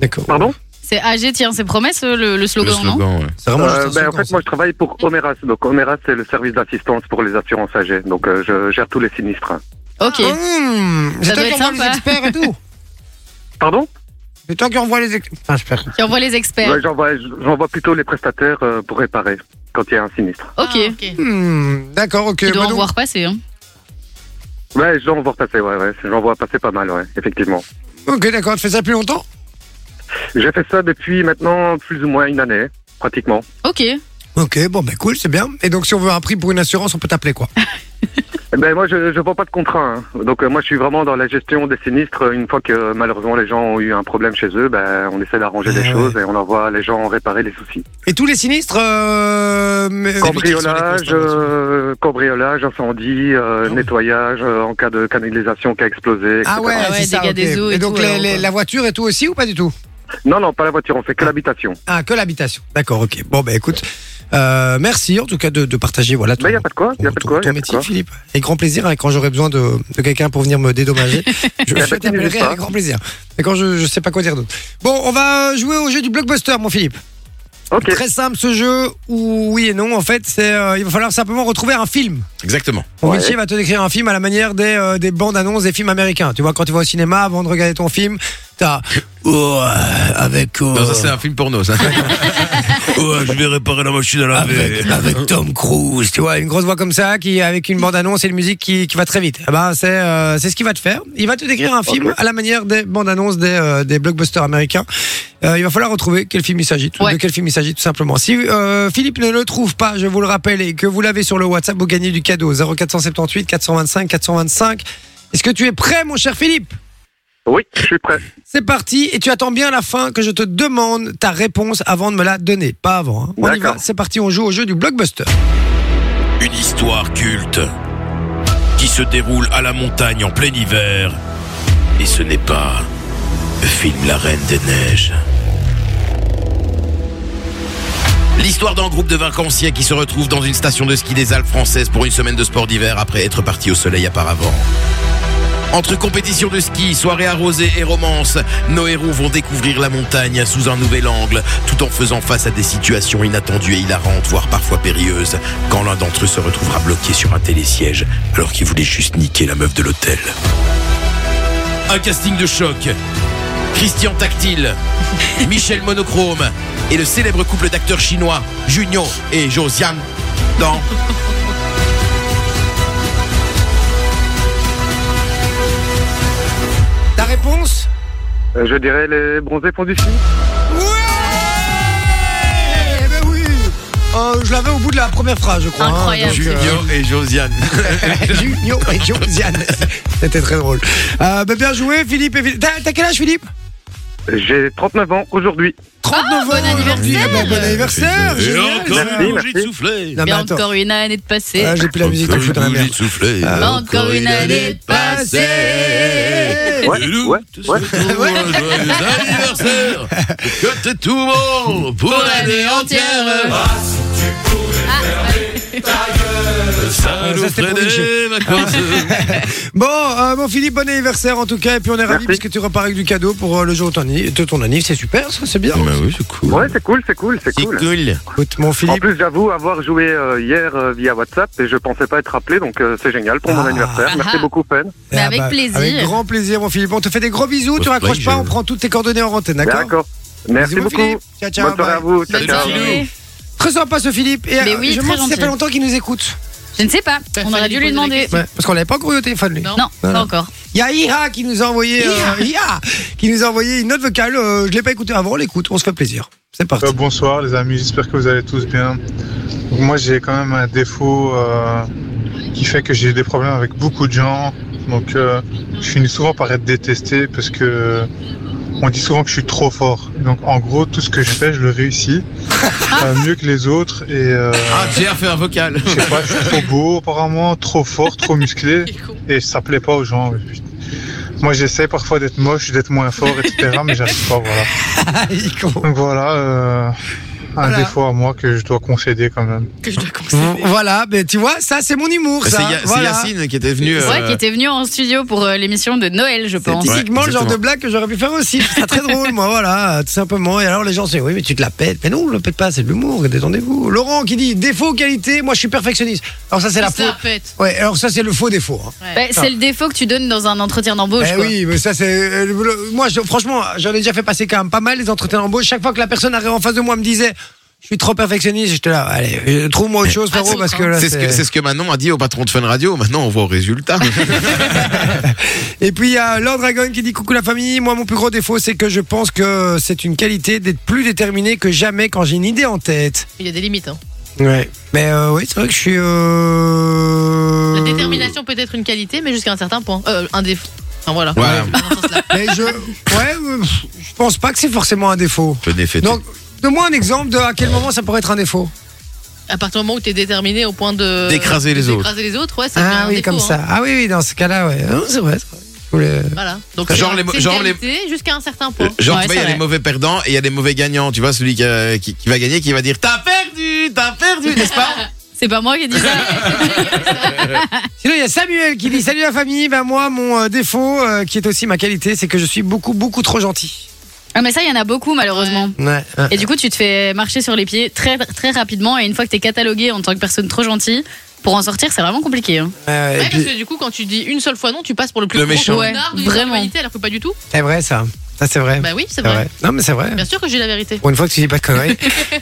D'accord.
Pardon
C'est AG tient ses promesses, le, le
Le
slogan, non
slogan, ouais.
C'est vraiment
Euh,
juste un
ben, En
slogan,
fait,
ça.
moi, je travaille pour Omeras. Donc, Omeras, c'est le service d'assistance pour les assurances AG. Donc, euh, je gère tous les sinistres.
Ok.
Hum,
Ça
c'est toi
doit
qui
être
envoie les
sympa.
experts et tout.
Pardon
C'est toi qui envoie les experts. Enfin, je perds.
Qui envoie les experts.
Ouais, J'envoie j'envoie plutôt les prestataires euh, pour réparer quand il y a un sinistre.
Ok.
Ah,
Hum, D'accord, ok.
Tu dois
bah
en
donc-
voir passer. hein.
Ouais, je dois en voir passer, ouais, ouais. J'en vois passer pas mal, ouais, effectivement.
Ok, d'accord, tu fais ça plus longtemps
J'ai fait ça depuis maintenant plus ou moins une année, pratiquement.
Ok.
Ok, bon, bah cool, c'est bien. Et donc, si on veut un prix pour une assurance, on peut t'appeler quoi
Eh Ben, moi, je ne vends pas de contrat. hein. Donc, euh, moi, je suis vraiment dans la gestion des sinistres. Une fois que, euh, malheureusement, les gens ont eu un problème chez eux, ben, on essaie d'arranger
Ah
les
ouais.
choses et on envoie les gens réparer les soucis.
Et tous les sinistres euh, mais-
Cambriolage, euh, cambriolage, incendie, euh,
Ah ouais.
nettoyage euh, en cas de canalisation qui a explosé. etc.
Ah ouais,
Ah ouais,
c'est ça,
dégâts
ok.
des eaux et
Et donc,
tout,
les-
alors,
les-
quoi.
la voiture et tout aussi ou pas du tout
Non, non, pas la voiture, on fait que l'habitation.
Ah, que l'habitation. D'accord, ok. Bon, bah écoute, euh, merci en tout cas de, de partager voilà, ton,
Mais il n'y Ben, a pas de quoi, il
ton,
a pas de quoi.
ton
y a pas de
métier,
quoi.
Philippe. Avec grand plaisir, hein, quand j'aurai besoin de, de quelqu'un pour venir me dédommager, je,
bah,
je
tu n'hésites
t'appellerai
pas.
avec grand plaisir. Et quand je, je sais pas quoi dire d'autre. Bon, on va euh, jouer au jeu du blockbuster, mon Philippe.
Ok,
Très simple ce jeu, ou oui et non, en fait, c'est euh, il va falloir simplement retrouver un film.
Exactement.
Mon
Ouais.
métier va te décrire un film à la manière des, euh, des bandes annonces des films américains. Tu vois, quand tu vas au cinéma, avant de regarder ton film, t'as. Ouais, avec. euh,
Non, ça, c'est un film porno, ça. ouais, je vais réparer la machine à laver.
avec, avec Tom Cruise, tu vois, une grosse voix comme ça, qui avec une bande-annonce et une musique qui, qui va très vite. Eh ben, c'est euh, c'est ce qu'il va te faire. Il va te décrire un film
Ok.
à la manière des bandes-annonces des, euh, des blockbusters américains. Euh, il va falloir retrouver quel film il s'agit, tout-
Ouais.
de quel film il s'agit tout simplement. Si euh, Philippe ne le trouve pas, je vous le rappelle, et que vous l'avez sur le WhatsApp, vous gagnez du cadeau 0478 425 425. Est-ce que tu es prêt, mon cher Philippe
oui, je suis prêt.
c'est parti et tu attends bien la fin que je te demande ta réponse avant de me la donner, pas avant. hein. On y va,
D'accord.
c'est parti, on joue au jeu du blockbuster.
Une histoire culte qui se déroule à la montagne en plein hiver. Et ce n'est pas le film La Reine des Neiges.
L'histoire d'un groupe de vacanciers qui se retrouve dans une station de ski des Alpes françaises pour une semaine de sport d'hiver après être parti au soleil auparavant. Entre compétition de ski, soirée arrosée et romance, nos héros vont découvrir la montagne sous un nouvel angle, tout en faisant face à des situations inattendues et hilarantes, voire parfois périlleuses, quand l'un d'entre eux se retrouvera bloqué sur un télésiège, alors qu'il voulait juste niquer la meuf de l'hôtel. Un casting de choc. Christian Tactile, Michel Monochrome et le célèbre couple d'acteurs chinois Junio et Josiane dans
Ta réponse
Euh, Je dirais les bronzés font du ski.
Ouais Eh ben oui Euh, je l'avais au bout de la première phrase, je crois. hein,
Incroyable.
donc, euh,
Junior et Josiane.
Junior et Josiane. C'était très drôle. Euh, bah, bien joué, Philippe. et Phil- T'as t'as quel âge, Philippe
J'ai 39 ans aujourd'hui.
39
Ah,
bon
ans aujourd'hui.
anniversaire.
Eh ben, Bon anniversaire
Et
génial, ça.
encore une
Merci,
bougie de
merci.
soufflé.
Non, mais
Mais
attends.
encore une année de passé.
Ah, J'ai plus la musique, je
Encore
fous dans la
une
merde.
bougie de soufflé.
Ah.
Encore une année de passée.
Ouais,
Loulou,
ouais,
te souhaitons un joyeux anniversaire. Que t'es tout bon pour l'année entière. Ça
Ah,
Ah,
Euh, ça,
nous
c'était
ferait
pour
des vacances.
Bon, euh, bon Philippe, bon anniversaire en tout cas. Et puis on est ravis
Merci.
parce que tu repars avec du cadeau pour euh, le jour de ton, anni- de ton anniv. C'est super, ça, c'est bien.
Ah,
Bah oui, c'est cool.
Ouais, c'est cool, c'est cool, c'est cool.
Écoute, mon
En
Philippe.
plus, j'avoue avoir joué euh, hier euh, via WhatsApp et je pensais pas être appelé, donc euh, c'est génial pour mon
Ah.
anniversaire.
Ah.
Merci beaucoup, Pen.
Mais
Ah,
avec plaisir.
Avec grand plaisir, mon Philippe. On te fait des gros bisous.
Faut
tu
se
raccroches
player,
pas,
je-
on prend toutes tes coordonnées en antenne, d'accord
D'accord. Merci
Bisous, mon
beaucoup.
Philippe. Ciao, ciao.
Bonne soirée
bye.
à vous. Ciao,
Bonne
ciao.
soirée.
Très sympa ce Philippe. Et
Mais
euh,
oui,
je me
très
demande si ça
gentil.
fait longtemps qu'il nous écoute.
Je ne sais pas. On aurait
fallu
dû
lui poser la
lui demander.
question.
Ouais, parce qu'on l'avait pas encore eu au téléphone lui.
Non.
Non,
Non, Euh, non.
pas encore.
Il y a Iha qui nous a envoyé euh, Iha, qui nous a envoyé une note vocale. euh, je l'ai pas écoutée avant, on l'écoute, on se fait plaisir. C'est parti.
Euh, bonsoir les amis, j'espère que vous allez tous bien. Donc moi j'ai quand même un défaut euh, qui fait que j'ai des problèmes avec beaucoup de gens. Donc euh, je finis souvent par être détesté parce que euh, on dit souvent que je suis trop fort. Donc en gros tout ce que je fais je le réussis euh, mieux que les autres et euh,
Ah, Pierre fait un vocal.
je sais pas, je suis trop beau apparemment, trop fort, trop musclé et ça plaît pas aux gens. Moi j'essaie parfois d'être moche, d'être moins fort, etc. mais j'arrive pas voilà.
Ah, il con.
Donc voilà, euh, un
Voilà.
défaut à moi que je dois concéder quand même.
que je dois conseiller.
voilà, mais tu vois, ça c'est mon humour,
C'est
ça.
Ya- c'est
Voilà.
Yacine qui était venu. euh,
Ouais, qui était venu en studio pour euh, l'émission de Noël, je pense.
Ouais,
Typiquement le genre
exactement.
de blague que j'aurais pu faire aussi. C'est très drôle, moi, voilà, euh, tout simplement. Et alors les gens se disent, oui, mais tu te la pètes. Mais non, je le pète pas, c'est de l'humour, détendez-vous. Laurent qui dit, défaut, qualité, moi je suis perfectionniste. Alors ça c'est la
C'est la
faute.
fête.
Ouais, alors ça c'est le faux défaut. hein.
Bah, c'est le défaut que tu donnes dans un entretien d'embauche.
Eh
quoi.
oui, mais ça c'est. euh, le- le- Moi, je- franchement, j'en ai déjà fait passer quand même pas mal les entretiens d'embauche. Chaque fois que la personne arrive en face de moi me disait, je suis trop perfectionniste, j'étais là, allez, euh, trouve-moi autre chose, frérot,
c'est
parce que
con.
là.
C'est ce, que-
c'est-
c'est ce que Manon a dit au patron de Fun Radio. Maintenant, on voit au résultat.
Et puis il y a Lord Dragon qui dit coucou la famille. Moi, mon plus gros défaut, c'est que je pense que c'est une qualité d'être plus déterminé que jamais quand j'ai une idée en tête.
Il y a des limites. Hein.
Ouais. Mais euh, oui, c'est vrai que je suis. euh,
La détermination peut être une qualité, mais jusqu'à un certain point. Euh, un défaut. Enfin voilà.
Voilà.
Dans ce sens-là.
Mais je. Ouais, euh, pff, je pense pas que c'est forcément un défaut.
Venez fêter.
Donc, donne-moi un exemple de à quel moment ça pourrait être un défaut.
À partir du moment où t'es déterminé au point de.
D'écraser les
d'écraser
autres.
les autres, ouais, c'est
Ah oui, comme
hein.
ça. Ah oui, oui, dans ce cas-là, ouais. Non, C'est vrai. c'est vrai. Je voulais-
Voilà. Donc,
Genre
c'est-
les mo-
c'est une
genre les-
qualité Jusqu'à un certain
Euh,
point.
Genre,
Ouais,
tu vois, il y a
c'est
des
vrai.
mauvais perdants et il y a des mauvais gagnants. Tu vois, celui qui, euh, qui- qui va gagner, qui va dire T'as perdu, t'as perdu, n'est-ce pas
C'est pas moi qui ai dit ça.
Sinon, il y a Samuel qui dit Salut la famille. Ben, moi, mon euh, défaut, euh, qui est aussi ma qualité, c'est que je suis beaucoup, beaucoup trop gentil.
Ah, mais ça, il y en a beaucoup, malheureusement.
Ouais. ouais.
Et du coup, tu te fais marcher sur les pieds très, très rapidement. Et une fois que t'es catalogué en tant que personne trop gentille, pour en sortir, c'est vraiment compliqué. hein.
Ouais, et
Ouais,
puis-
parce que du coup, quand tu dis une seule fois non, tu passes pour le plus
Le
gros
méchant.
connard
Ouais,
de
vraiment.
l'humanité, alors que pas du tout.
C'est vrai, ça. Ça, c'est vrai.
Bah oui, c'est
C'est
vrai.
vrai. Non, mais c'est vrai.
Bien sûr que j'ai la vérité.
Pour une fois que tu dis pas de conneries.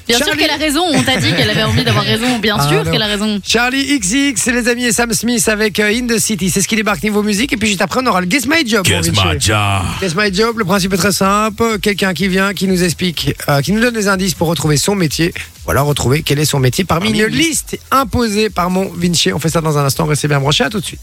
Bien sûr
Charlie-
qu'elle a raison. On t'a dit qu'elle avait envie d'avoir raison. Bien
Ah,
sûr
non.
qu'elle a raison.
Charlie XX, les amis, et Sam Smith avec euh, In the City. C'est ce qui débarque niveau musique. Et puis juste après, on aura le Guess My Job.
Guess
mon
my
Vinci.
job.
Guess My Job, le principe est très simple. Quelqu'un qui vient, qui nous explique, euh, qui nous donne des indices pour retrouver son métier. Ou alors retrouver quel est son métier parmi une liste imposée par mon Vinci. On fait ça dans un instant. Restez bien branchés. À tout de suite.